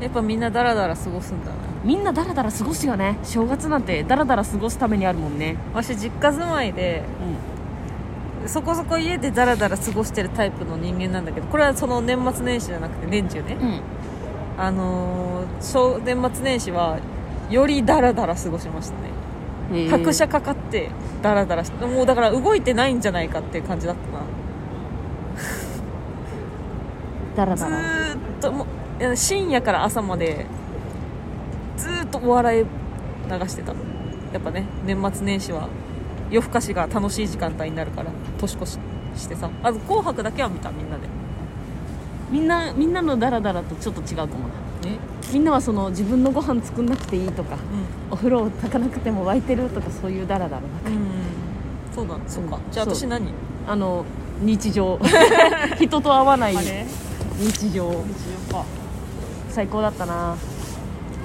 やっぱみんなダラダラ過ごすんだなみんなだらだら過ごすよね正月なんてだらだら過ごすためにあるもんねわし実家住まいでそこそこ家でダラダラ過ごしてるタイプの人間なんだけどこれはその年末年始じゃなくて年中ねうん、うん、あのー小年末年始はよりダラダラ過ごしましたねえー拍車かかってダラダラしてもうだから動いてないんじゃないかっていう感じだったなだらずだらーっともういや深夜から朝までずーっとお笑い流してたやっぱね年末年始は夜更かしが楽しい時間帯になるから年越ししてさあと「紅白」だけは見たみんなでみんなみんなのだらだらとちょっと違うかもなえみんなはその自分のご飯作んなくていいとかうお風呂を炊かなくても沸いてるとかそういうだらだらん、うん、そうだそうかじゃあそう私何あの日常 人と会わないあれ日常日常か最高だったな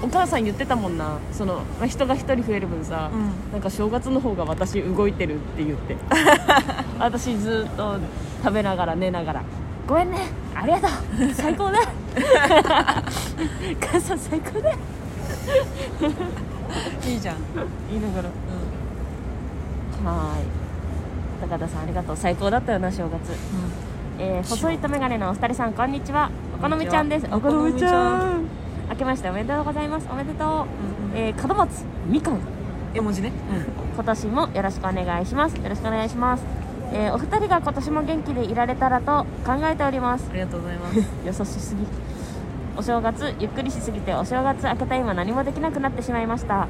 お母さん言ってたもんなその、まあ人が一人増える分さ、うんなんか正月の方が私動いてるって言って 私ずっと食べながら寝ながら「ごめんねありがとう最 高だ母さん最高だ」いいじゃん、うん、言いながらはーい高田さんありがとう最高だったよな正月えー、細いとメガネのお二人さんこんにちはお好みちゃんですこんにちはんお明けましておめでとうございますおめでとう、うんえー、門松みかん絵文字ね、今年もよろしくお願いしますよろしくお願いします、えー、お二人が今年も元気でいられたらと考えておりますありがとうございます 優しすぎお正月ゆっくりしすぎてお正月明けた今何もできなくなってしまいました、うん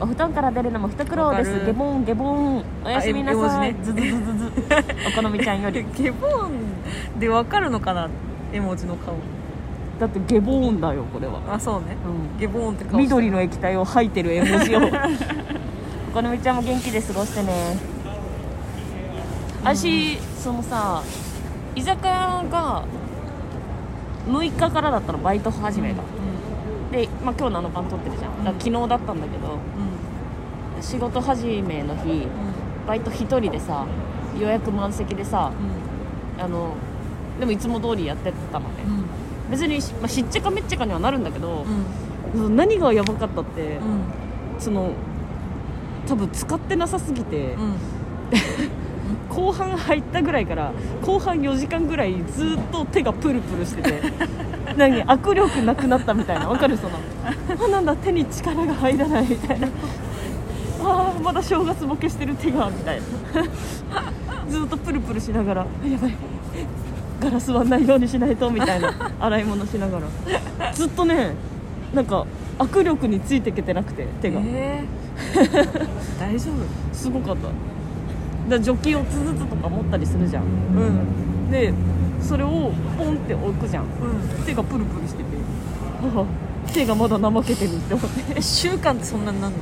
お布団から出るのも一苦労でわかするゲボンゲボンおやすみなあさ絵い、絵文ズズズズズお好みちゃんよ りゲボンでわかるのかな絵文字の顔だってゲボンだよこれはあそうねうんゲボーンって顔して緑の液体を吐いてる絵文 字をお好みちゃんも元気で過ごしてね私、そのさ居酒屋が6日からだったのバイト始めが、で、まあ、今日7番撮ってるじゃんだから昨日だったんだけどうん仕事始めの日バイト1人でさ予約満席でさあのでもいつも通りやってたのね別に、まあ、しっちゃかめっちゃかにはなるんだけど、何がやばかったって、その多分使ってなさすぎて、後半入ったぐらいから後半4時間ぐらいずっと手がプルプルしてて何握力なくなったみたいなわかるそのあなんだ手に力が入らないみたいなあーまだ正月ボケしてる手がみたいなずっとプルプルしながらあやばいガラス割んないようにしないとみたいな洗い物しながらずっとねなんか握力についていけてなくて手が、え ー大丈夫すごかっただから除菌をつずつとか持ったりするじゃん、んでそれをポンって置くじゃんう手がプルプルしてて あ手がまだ怠けてるって思ってん1週間ってそんなになんの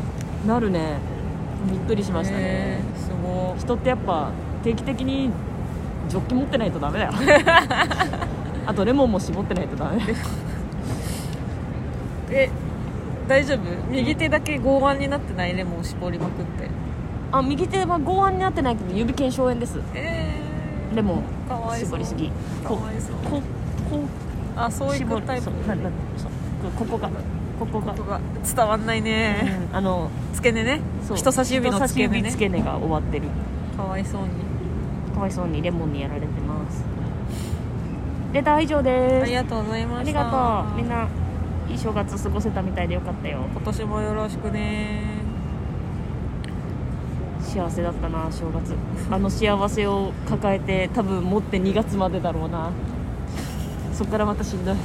なるねびっくりしましたねへーすご人ってやっぱ定期的にジョッキ持ってないとダメ だよあとレモンも絞ってないとダメいえ大丈夫右手だけ剛腕になってないレモンを絞りまくってあ右手は剛腕になってないけど指腱鞘炎ですええレモンかわいそう絞りすぎかこわいそうここあそうい絞うるタイプそうななそうここがここがことが伝わんないね、うんあの付け根ねそう人差し指の人差付け根指ね付け根が終わってるかわいそうにかわいそうにレモンにやられてますレター以上ですありがとうございまあしりたがとうみんないい正月過ごせたみたいでよかったよ今年もよろしくね幸せだったな正月あの幸せを抱えて多分持って2月までだろうなそっからまたしんどい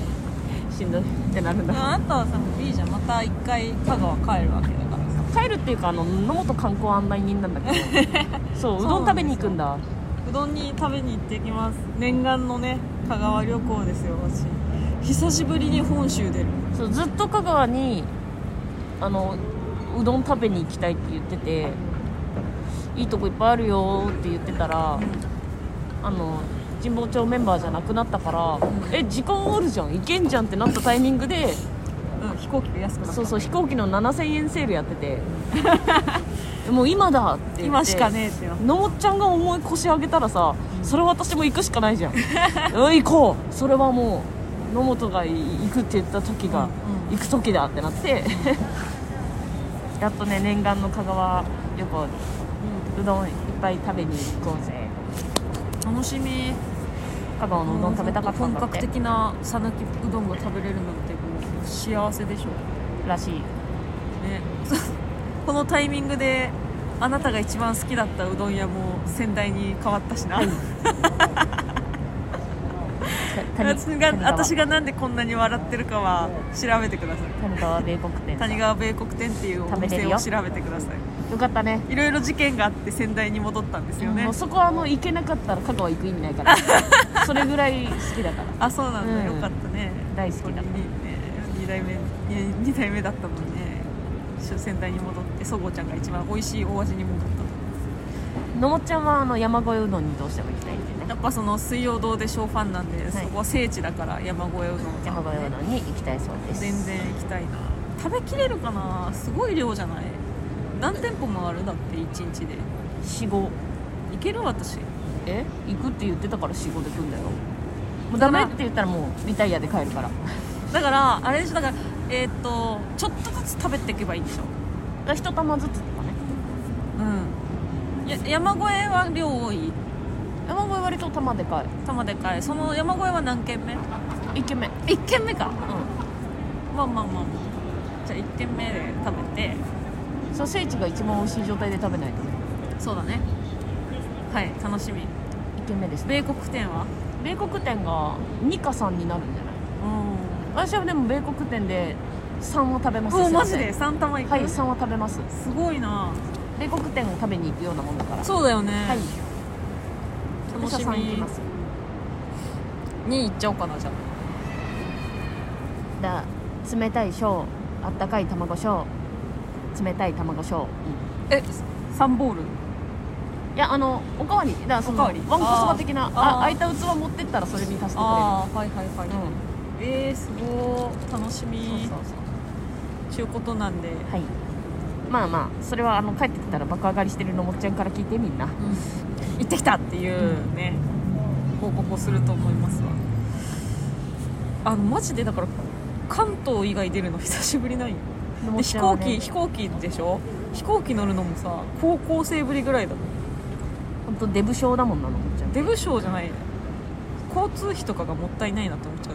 しんどいってなるんだあなたはさいいじゃんまた一回香川帰るわけだからさ帰るっていうかあの野本観光案内人なんだ けどそううどん食べに行くんだうどんに食べに行ってきます念願のね香川旅行ですよ私久しぶりに本州出るそうずっと香川にあのうどん食べに行きたいって言ってていいとこいっぱいあるよって言ってたらあの神保町メンバーじゃなくなったから、え時間あるじゃん行けんじゃんってなったタイミングでうん飛行機が安くなったそうそう飛行機の7000円セールやって てもう今だって言って今しかねえってなのもっちゃんが重い腰上げたらさそれは私も行くしかない じゃんうん行こうそれはもう野本が行くって言った時が、うん行く時だってなって やっとね念願の香川旅行うどんいっぱい食べに行こうぜ楽しみ香川のうどん食べたかったんだっ本格て的な讃岐うどんが食べれるなんてもう幸せでしょらしいね このタイミングであなたが一番好きだったうどん屋も先代に変わったしな 私が私ががなんでこんなに笑ってるかは調べてください谷川米国店谷川米国店っていうお食べれ店るをよ調べてくださよかったねいいろいろ事件があって先代に戻ったんですよねもうそこはあの行けなかったら香川行く意味ないから それぐらい好きだからあそうなんだ、うんよかったね大好きだこれにね2代目に二代目だったもんね先代に戻ってそごうちゃんが一番美味しいお味に戻ったのもっちゃんはあの山越えうどんにどうしても行きたいんでねやっぱその水曜堂で小ファンなんで、そこは聖地だから山越えうどんさん山越えうどんに行きたいそうです全然行きたいな食べきれるかなすごい量じゃない何店舗もあるだって1日で45行ける私え行くって言ってたから45で来んだよもうダメって言ったらもうリタイアで帰るからだかだからあれでしょだからえーっとちょっとずつ食べていけばいいんでしょら一玉ずつとかねうんや山越えは量多い山越え割と玉でか玉でかいその山越えは何軒目いイケメン1軒目かうまあまあまあまあじゃあ1軒目で食べてんそう聖地が一番美味しい状態で食べないとねそうだねはい楽しみイケメンですね米国店は米国店が2か3になるんじゃないうん私はでも米国店で3は食べますおすいマまジせんで3玉いく、はい3は食べますすごいな米国店を食べに行くようなもんだからそうだよね、はい楽し私は3行きみますに行っちゃおうかなじゃだ冷たい小あったかい卵小冷たい卵小、あえ三ボールいやあのおかわりだからそのおワかわンりコそば的なああー空いた器持ってったらそれに足してくれあはいはいはい、るえー、すごい楽しみうんそうそうそうちゅうことなんで、はいまあまあそれはあの帰ってきたら爆上がりしてるのもっちゃんから聞いてみんな行ってきたっていうね、報告をすると思いますわあのマジでだから関東以外出るの 久しぶりないよのでもっ飛ちゃんは行ね機飛行機でしょ飛行機乗るのもさ高校生ぶりぐらいだもん本当デブ症だもんなのもっちゃんデブ賞じゃないね交通費とかがもったいないなと思っちゃ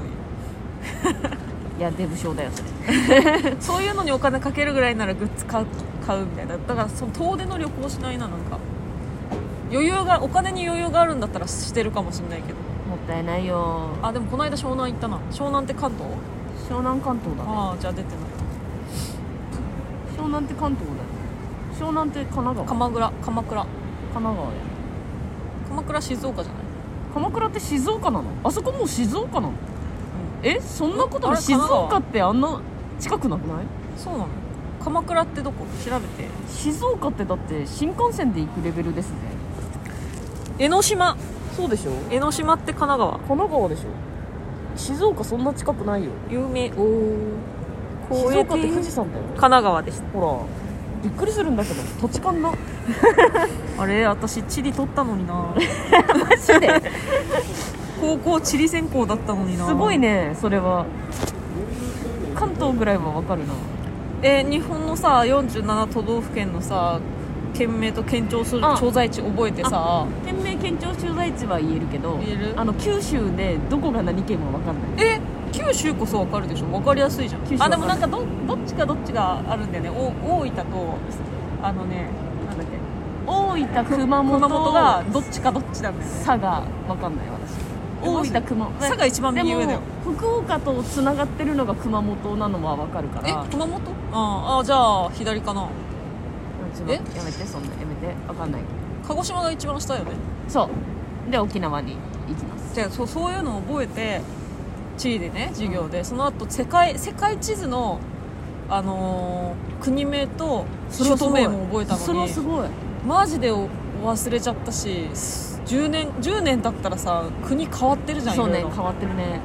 うよいやデブ症だよそれそういうのにお金かけるぐらいならグッズ買う買うみたいなだからその遠出の旅行しないななんか余裕がお金に余裕があるんだったらしてるかもしれないけどもったいないよあでもこの間湘南行ったな湘南って関東湘南関東だねああじゃあ出てない湘南って関東だよ湘南って神奈川鎌倉鎌倉神奈川や鎌倉静岡じゃない鎌倉って静岡なのあそこもう静岡なの、えそんなことあないれ静神奈川岡ってあんな近くなくないそうなの鎌倉ってどこ調べて静岡ってだって新幹線で行くレベルですね江ノ島そうでしょ江ノ島って神奈川神奈川でしょ静岡そんな近くないよ有名おお静岡って富士山だよ神奈川ですほらびっくりするんだけど土地勘なあれ私地理取ったのに なマジ で高校地理専攻だったのになすごいねそれは関東ぐらいはわかるなえー日本のさ47都道府県のさ県名と県庁するあ調剤地覚えてさ県名県庁所在地は言えるけど言えるあの九州でどこが何県もわかんないえ九州こそ分かるでしょ分かりやすいじゃ九ん州あでもなんかどどっちかどっちがあるんだよねお大分とあのねなんだっけ大分熊本熊本がどっちかどっちなんだよね佐賀わかんない私えマジ大分熊本佐賀一番で右上だもよ福岡とつながってるのが熊本なのはわかるかえら熊本あーあーじゃあ左かなちょっとえやめてそんなやめてわかんない鹿児島が一番下よねそうで沖縄に行きますじゃあそうそういうのを覚えて地理でね授業で、その後世界世界地図の、あのー国名と首都名も覚えたそれのはにすごいマジでお忘れちゃったしす10年10年経ったらさ国変わってるじゃんそうねいろい変わってるね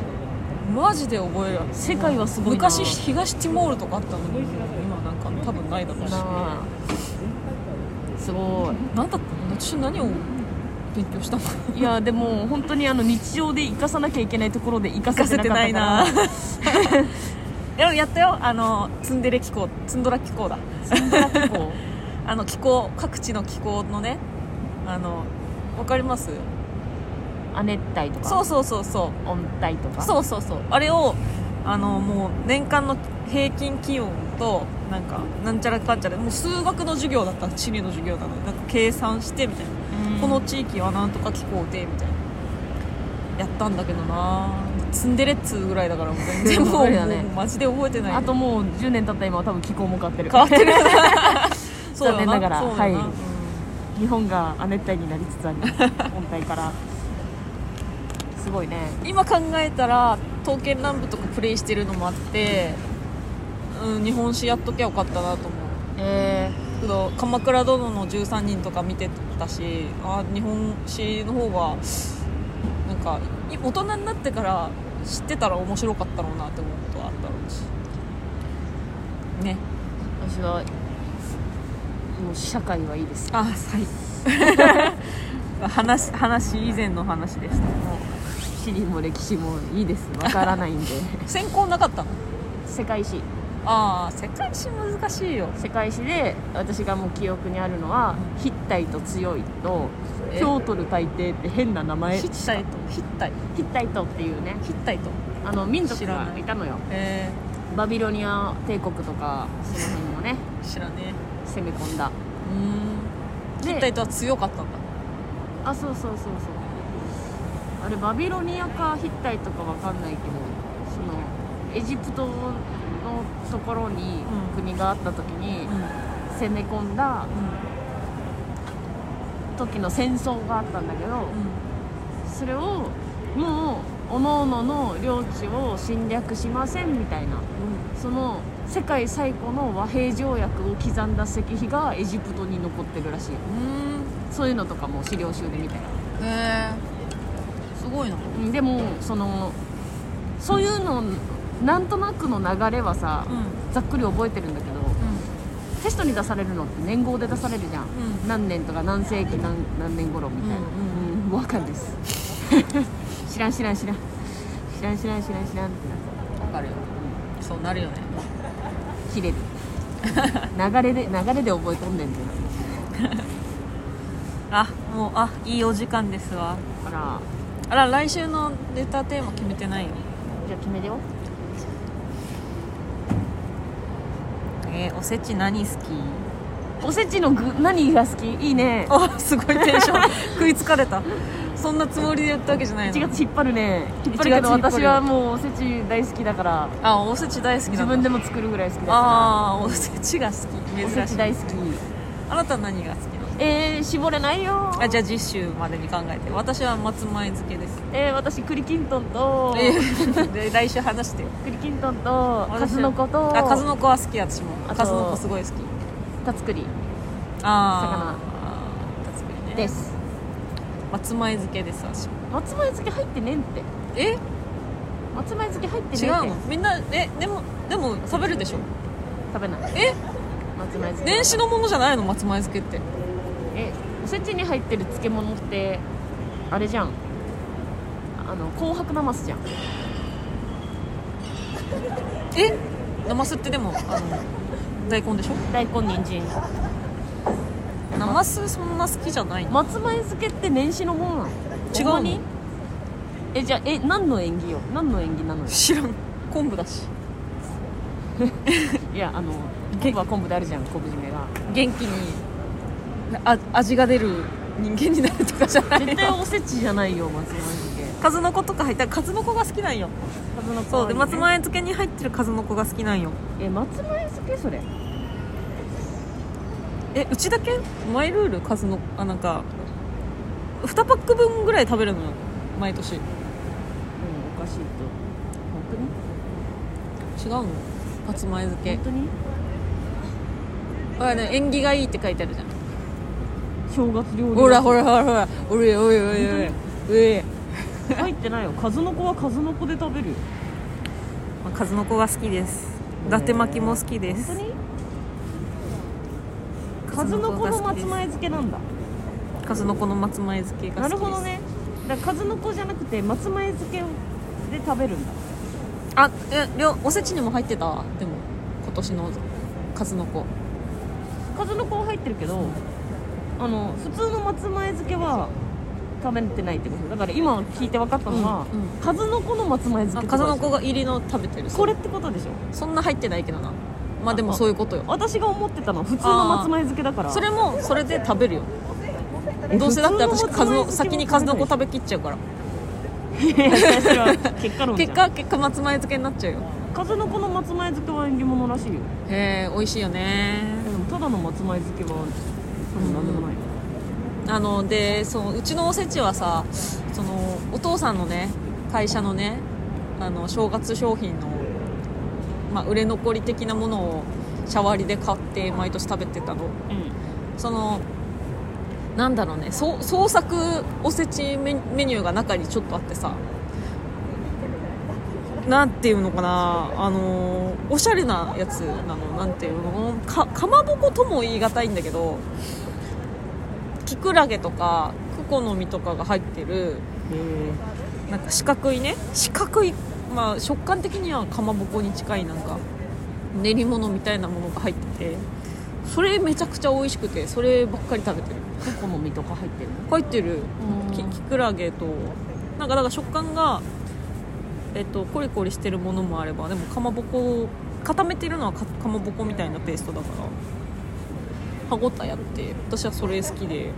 ろマジで覚える世界はすごいな昔東ティモールとかあったのに今なんか多分ないだろうしなあすご何だったの私何を勉強したのいいやでも本当にあの日常で生かさなきゃいけないところで生かさせてなかったから活 かせてないなでもやったよあのツンデレ気候ツンドラ気候だ結構あの気候各地の気候のねあのわかります亜熱帯とかそうそうそうそ温帯とうかそうそうそうあれをあのもう年間の平均気温となんかなんちゃらかんちゃらもう数学の授業だった地理の授業なのになんか計算してみたいうな、んこの地域はなんとか気候でみたいなやったんだけどなツンデレっつうぐらいだからもう 全然もわう,、かるよねもうマジで覚えてないあともう10年経った今は多分気候も変わってる 変わってるよなそう残念ながらそうだよなはい日本が亜熱帯になりつつあります温帯からすごいね今考えたら刀剣乱舞とかプレイしてるのもあって、うん、日本史やっときゃよかったなと思うえけど「鎌倉殿の13人」とか見てたしあ日本史の方がなんかい大人になってから知ってたら面白かったろうなって思うことはあるだろうしね私はもう社会はいいですあはい 話話以前の話でしたも地理も歴史もいい ですわからないんでう専攻なかったの世界史ああ世界史難しいよ世界史で私がもう記憶にあるのは「ヒッタイト強い」と「えピョートル大帝」って変な名前ヒッタイトヒッタイヒッタイトっていうねヒッタイトあの民族知らがないいたのよえバビロニア帝国とかその辺もねー、知らね攻め込んだえうんヒッタイトは強かったんだあそうそうそうそうあれバビロニアかヒッタイとかわかんないけどそのエジプトのところにうん国があった時にうん攻め込んだ時の戦争があったんだけどそれをもう各々の領地を侵略しませんみたいなその世界最古の和平条約を刻んだ石碑がエジプトに残ってるらしいうんそういうのとかも資料集で見たようんえー、すごいなうんでもそのそういうのなんとなくの流れはさ、うんざっくり覚えてるんだけどテストに出されるのって年号で出されるじゃん、うん何年とか何世紀何何年頃みたいな、うんうんわかんないです 知らん知らん知らん知らん知らん知らん知らんってなってわかるよそうなるよね切 れる流れで流れで覚えとんねんってなるあもうあいいお時間ですわあらあら来週のレターテーマ決めてないよじゃあ決めるよえーおせち何好きおせちの具何が好きいいねあすごいテン ション食いつかれたそんなつもりで言ったわけじゃない1の月引っ張るね引っ張るけど1月引私っ張るはもうおせち大好きだからあおせち大好きな自んだ分でも作るぐらい好きだかああおせちが好きらお珍しいせち大好きあなたは何が好きなのえー、絞れないよあじゃあ次週までに考えて私は松前漬けですえー、私栗きんとんと、えー で来週話してよ栗きんとんと私数の子とあ数の子は好き私もあと数の子すごい好きたつくりああ確かにねです松前漬けです私も松前漬け入ってねんってえ松前漬け入って違ねんってうのみんなえでもでも食べるでしょ食べないえ松前漬け年始のものじゃないの松前漬けってえおせちに入ってる漬物ってあれじゃんあの紅白なますじゃんえナマスってでもあの大根でしょ大根人参ナマスそんな好きじゃないの松前漬けって年始のもんなの違うほのんまにえじゃあえ何の縁起よ何の縁起なのよ知らん昆布だしいやあの昆布は昆布であるじゃん昆布締めが元気にあ味が出る人間になるとかじゃない絶対のおせちじゃないよ松前漬け数の子とか入ったら数の子が好きなんよ数の子そうでにね松前漬けに入ってる数の子が好きなんよえ松前漬けそれえうちだけマイルール数のあなんか2パック分ぐらい食べるのよ毎年違うん、うおかしいと本当にの松前漬け本当にあれね縁起がいいって書いてあるじゃん正月料理ほらほらほらほらおいおいおいおいおい入ってないよ数の子は数の子で食べるよまあ数の子が好きです伊達巻きも好きです本当に数の子の松前漬けなんだ数の子の松前漬けが好きなでするほどねだから数の子じゃなくて松前漬けで食べるんだあえりょおせちにも入ってたわでも今年の数の子数の子は入ってるけどあの普通の松前漬けは食べてないってことだから今聞いて分かったのは、うんうん数の子の松前あ漬けと数かでしのょ子が入りの食べてるこれってことでしょそんな入ってないけどなまあでもそういうことよ私が思ってたのは普通の松前漬けだからそれもそれで食べるよえどうせだって私普通の松前数の漬け先に数の子も食べきっちゃうから食べないい やそれは結果論じゃん結果結果松前漬けになっちゃうよ数の子の松前漬けは縁起物らしいよへえ美味しいよねでもただの松前漬けは多分何でもないよ、あのでそううちのおせちはさそのお父さんのね会社のねあの正月商品の、まあ、売れ残り的なものをシャワリで買って毎年食べてたのそのなんだろうねそう創作おせちメメニューが中にちょっとあってさなんていうのかなあのーおしゃれなやつなのなんていうのかかまぼことも言い難いんだけどきくらげとかクコの実とかが入ってるへなんか四角いね四角い、まあ、食感的にはかまぼこに近いなんか練り物みたいなものが入っててそれめちゃくちゃ美味しくてそればっかり食べてるえココの実とか入ってるの入ってるうんききくらげとなんかだから食感が、えっと、コリコリしてるものもあればでもかまぼこを固めてるのはかかまぼこみたいなペーストだから歯ごたえあって私はそれ好きで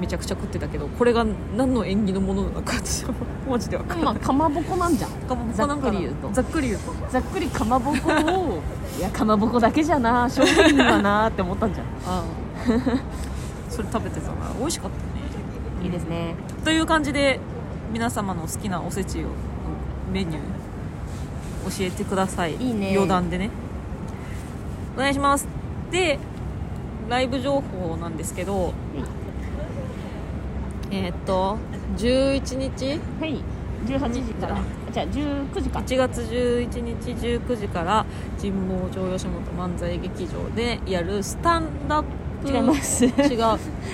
めちゃくちゃ食ってたけどこれが何の縁起のものなのか私はマジで分からなまいあかまぼこなんじゃんかまぼこなんざっくかなり言うとざっくり言うとざっくりかまぼこをいやかまぼこだけじゃな商品にはなって思ったんじゃんああ それ食べてたから美味しかったねいいですねという感じで皆様の好きなおせちをメニュー教えてくださいいいね余談でねお願いしますでライブ情報なんですけど、えーっと11日はい18時からじゃあ19時か1月11日19時から神保町吉本漫才劇場でやるスタンダップ違います違う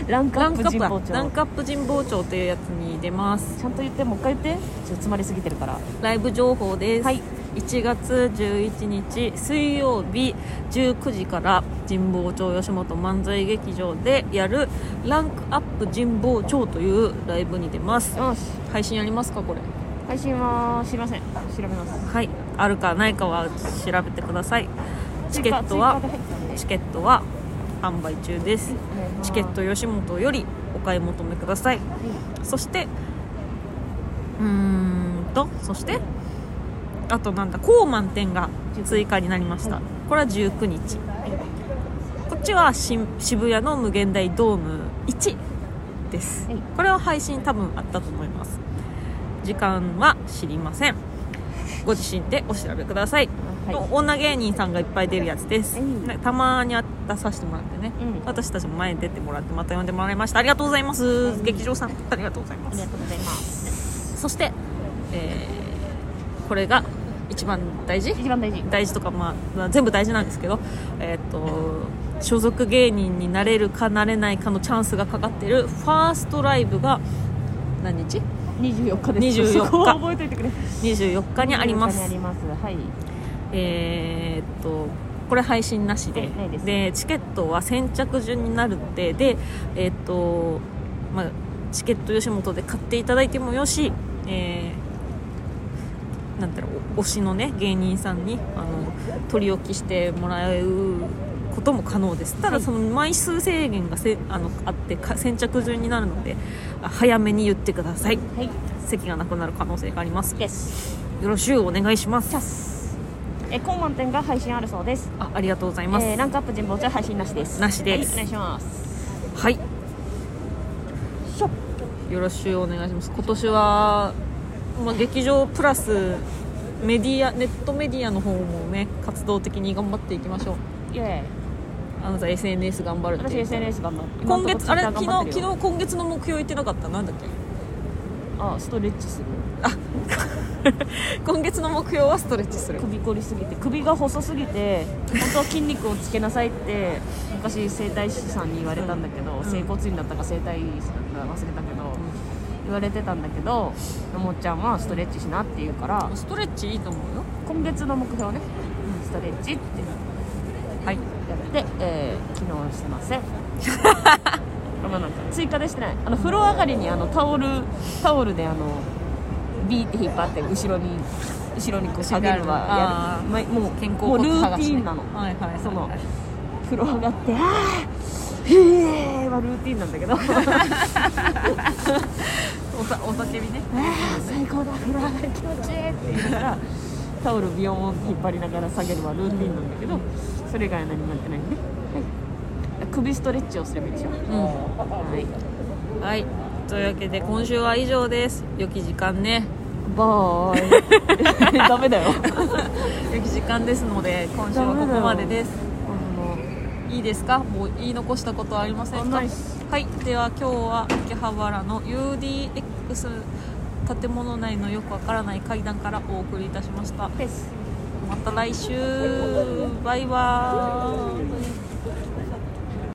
ランクアラッンプクアップ神だ保ラン町クアップ神保町というやつに出ますちゃんと言ってもう一回言ってちょっと詰まりすぎてるからライブ情報です、はい1月11日水曜日19時から神保町吉本漫才劇場でやるランクアップ神保町というライブに出ますよし配信ありますかこれ配信は知りません調べますはいあるかないかは調べてくださいチケット追加はで入ったんでチケットは販売中ですお願いしますチケット吉本よりお買い求めくださいはそしてうーんとそしてあとなんだコーマン店が追加になりましたこれは19日こっちは新渋谷の無限大ドーム1ですはいこれは配信多分あったと思います時間は知りませんご自身でお調べください、いはい女芸人さんがいっぱい出るやつです、うんねたまに出させてもらってね、うん私たちも前に出てもらってまた呼んでもらいましたありがとうございます、ん劇場さんありがとうございまありがすとうございますそして、えーこれが一番大事一番大事大事とか、まあまあ、全部大事なんですけど、えー、と所属芸人になれるかなれないかのチャンスがかかってるファーストライブが何日24日です24日 そこを覚えていてくれ24日にあります24日にありますはいえーっとこれ配信なしで,、はいないですでチケットは先着順になるってでえーっと、まあ、チケット吉本で買っていただいてもよし、えーなんていうのお推しのね芸人さんにあの取り置きしてもらうことも可能ですただはいその枚数制限がせあのあってか先着順になるのであ早めに言ってくださいはい席がなくなる可能性がありますですよろしゅうお願いしまチすャスえコーマン店が配信あるそうですあありがとうございます、えーランクアップ人望中配信なしですなしではいすお願いしますはいしょよろしくお願いします今年は、まあ、劇場プラスメディアネットメディアの方もね活動的に頑張っていきましょうイエーイあなた SNS 頑張るって私 SNS 頑張る今月あれ昨日昨日日今月の目標言ってなかったなんだっけあストレッチする今月の目標はストレッチする首こりすぎて首が細すぎて本当は筋肉をつけなさいって昔整体師さんに言われたんだけど、ん整骨院だったか整体師だったか忘れたけど、言われてたんだけどのもっちゃんはストレッチしなって言うからストレッチいいと思うよ今月の目標ね、ストレッチってはいやって、えー昨日はしてま せんあのなんか追加でしてないあの風呂上がりにあのタオルタオルであのビーって引っ張って後ろに後ろにこう下げるはあーやるまもう肩甲もう骨ル剥ーがテしィねンなのはいはいはいそのはい風呂上がってあーへえはルーティンなんだけどあーおさお叫びね最高だ風呂上がり気持ちいいって言いながらタオルビヨーンって引っ張りながら下げるはルーティンなんだけどそれ以外は何もやってないのね、はい、首ストレッチをすればいいでしょうんはいはいというわけで今週は以上です良き時間ねバーイ ダメだよ良き時間ですので今週はここまでですいいですかもう言い残したことはありませんかあなはいっでは今日は秋葉原の UDX 建物内のよくわからない階段からお送りいたしましたペースまた来週バイバーイ